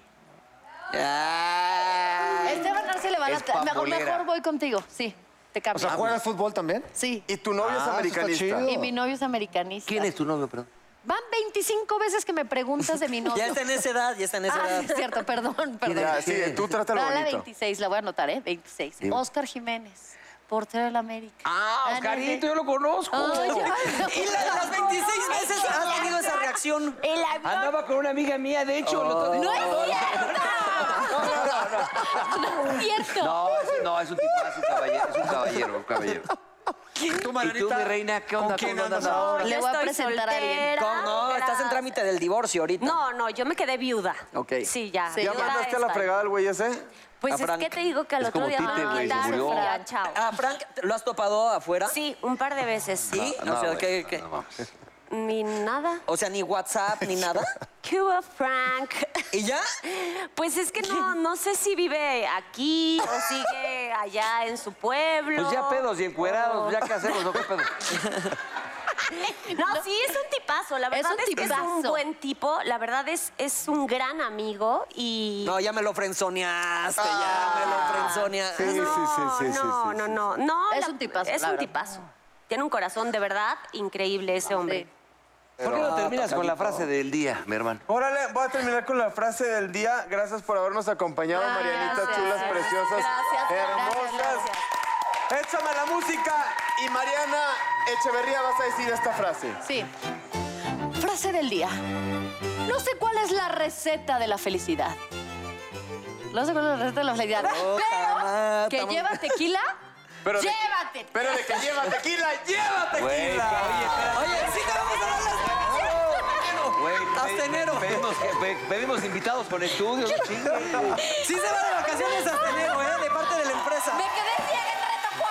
Speaker 2: Ah.
Speaker 11: Esteban Arce le va a la
Speaker 2: Es
Speaker 11: Atlante. Mejor,
Speaker 2: pambolera.
Speaker 11: mejor voy contigo. Sí, te
Speaker 5: O
Speaker 11: cambio.
Speaker 5: sea, ¿juegas fútbol también?
Speaker 11: Sí.
Speaker 3: ¿Y tu novio
Speaker 5: Ah,
Speaker 3: es
Speaker 5: eso está
Speaker 3: americanista?
Speaker 5: chido.
Speaker 11: Y mi novio es americanista.
Speaker 2: ¿Quién es tu novio, perdón?
Speaker 11: Van 25 veces que me preguntas de mi novio.
Speaker 4: Ya está en esa edad, ya está en esa
Speaker 11: Ah,
Speaker 4: edad.
Speaker 11: sí, es cierto, perdón, perdón.
Speaker 3: Ya, sí, eh, tú trátalo
Speaker 11: Va a la
Speaker 3: bonito.
Speaker 11: 26, la voy a anotar, ¿eh? 26.
Speaker 2: Dime.
Speaker 11: Óscar Jiménez, portero del América.
Speaker 2: Ah, Oscarito, yo lo conozco.
Speaker 11: Ay, Oh, ya.
Speaker 4: Y la de las 26 veces has tenido esa reacción.
Speaker 11: El avión.
Speaker 2: Andaba con una amiga mía, de hecho. el otro día.
Speaker 11: ¡No es cierto! ¡No es cierto!
Speaker 2: No, es, no, es un tipazo, un caballero, es un caballero, un caballero.
Speaker 5: tú,
Speaker 2: ¿Y tú, mi reina, qué onda?
Speaker 5: ¿Con quién
Speaker 2: ¿Cómo
Speaker 5: andas
Speaker 2: andas
Speaker 5: ahora?
Speaker 12: Yo
Speaker 11: Le voy a
Speaker 12: estoy
Speaker 11: presentar a alguien.
Speaker 4: ¿Cómo no? Estás en
Speaker 12: soltera,
Speaker 4: trámite del divorcio ahorita.
Speaker 12: No, no, yo me quedé viuda.
Speaker 4: Ok.
Speaker 12: Sí, ya.
Speaker 11: Sí.
Speaker 3: ¿Ya
Speaker 11: Yo-
Speaker 3: mandaste a la
Speaker 12: Está-
Speaker 3: fregada al güey ese?
Speaker 4: A
Speaker 2: Ah,
Speaker 12: Pues es
Speaker 4: Frank.
Speaker 12: que te digo que al
Speaker 2: Es
Speaker 12: otro
Speaker 2: como
Speaker 12: día
Speaker 2: Tite,
Speaker 12: me
Speaker 2: güey, se
Speaker 12: quitaron,
Speaker 2: murió.
Speaker 12: ya, chao.
Speaker 4: Ah, Frank, ¿lo has topado afuera?
Speaker 12: Sí, un par de veces.
Speaker 4: ¿Sí?
Speaker 2: No,
Speaker 4: o sea,
Speaker 2: güey,
Speaker 4: ¿qué-
Speaker 2: no,
Speaker 4: qué?
Speaker 2: no mames.
Speaker 12: Ni nada.
Speaker 4: O sea, ni WhatsApp, ni nada.
Speaker 12: ¿Qué hubo, Frank?
Speaker 4: ¿Y ya?
Speaker 12: Pues es que no, no sé si vive aquí o sigue allá en su pueblo.
Speaker 2: Pues ya pedos y
Speaker 11: Oh.
Speaker 2: encuerados, ya qué hacemos, ¿no? ¿Qué pedo?
Speaker 12: No, sí, es un tipazo. La
Speaker 11: Es
Speaker 12: verdad
Speaker 11: un
Speaker 12: es, que es un
Speaker 11: tipazo.
Speaker 12: buen tipo. La verdad es, es un gran amigo y... Ah.
Speaker 4: No, ya me lo frenzoneaste, ya me lo frenzoneaste.
Speaker 5: Sí, sí, sí, sí, sí,
Speaker 12: no,
Speaker 5: sí,
Speaker 12: no,
Speaker 5: sí.
Speaker 12: no, no.
Speaker 11: Es
Speaker 12: la-
Speaker 11: un tipazo,
Speaker 12: Es
Speaker 11: la
Speaker 12: un
Speaker 11: verdad.
Speaker 12: tipazo. Tiene un corazón de verdad increíble ese hombre.
Speaker 2: ¿Por qué no terminas con la frase del día, mi hermano?
Speaker 3: Órale, voy a terminar con la frase del día. Gracias por habernos acompañado,
Speaker 11: Ay,
Speaker 3: Marianitas
Speaker 11: Ah, gracias.
Speaker 3: chulas, preciosas,
Speaker 11: Gracias,
Speaker 3: hermosas.
Speaker 11: gracias,
Speaker 3: Échame la música y Mariana Echeverría vas a decir esta frase.
Speaker 11: Sí. Frase del día. No sé cuál es la receta de la felicidad, Los de color, los de los leyendas. Pero que lleva tequila,
Speaker 13: Pero de-
Speaker 11: llévate.
Speaker 13: Pero de que lleva tequila, lleva tequila.
Speaker 2: Güey, espérate.
Speaker 4: Oye, sí te vamos a dar las
Speaker 2: Güey,
Speaker 4: vacaciones. Hasta
Speaker 2: pe-
Speaker 4: enero.
Speaker 2: Pedimos, que- pe- pedimos invitados con estudios, no chingues, güey.
Speaker 4: Sí se van de vacaciones hasta enero, ¿eh? De parte de la empresa.
Speaker 11: Me quedé ciega en reto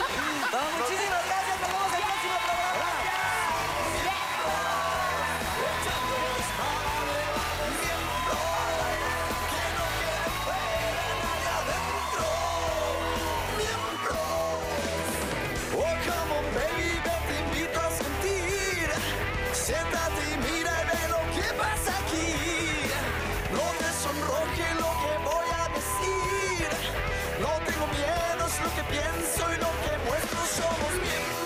Speaker 11: 4.
Speaker 4: No, muchísimas gracias. Nos vemos en el próximo programa.
Speaker 6: Oh, come on, baby, te invito a sentir. Siéntate y mira y ve lo que pasa aquí. No te sonroje lo que voy a decir. No tengo miedo, es lo que pienso y lo que muestro somos miembros.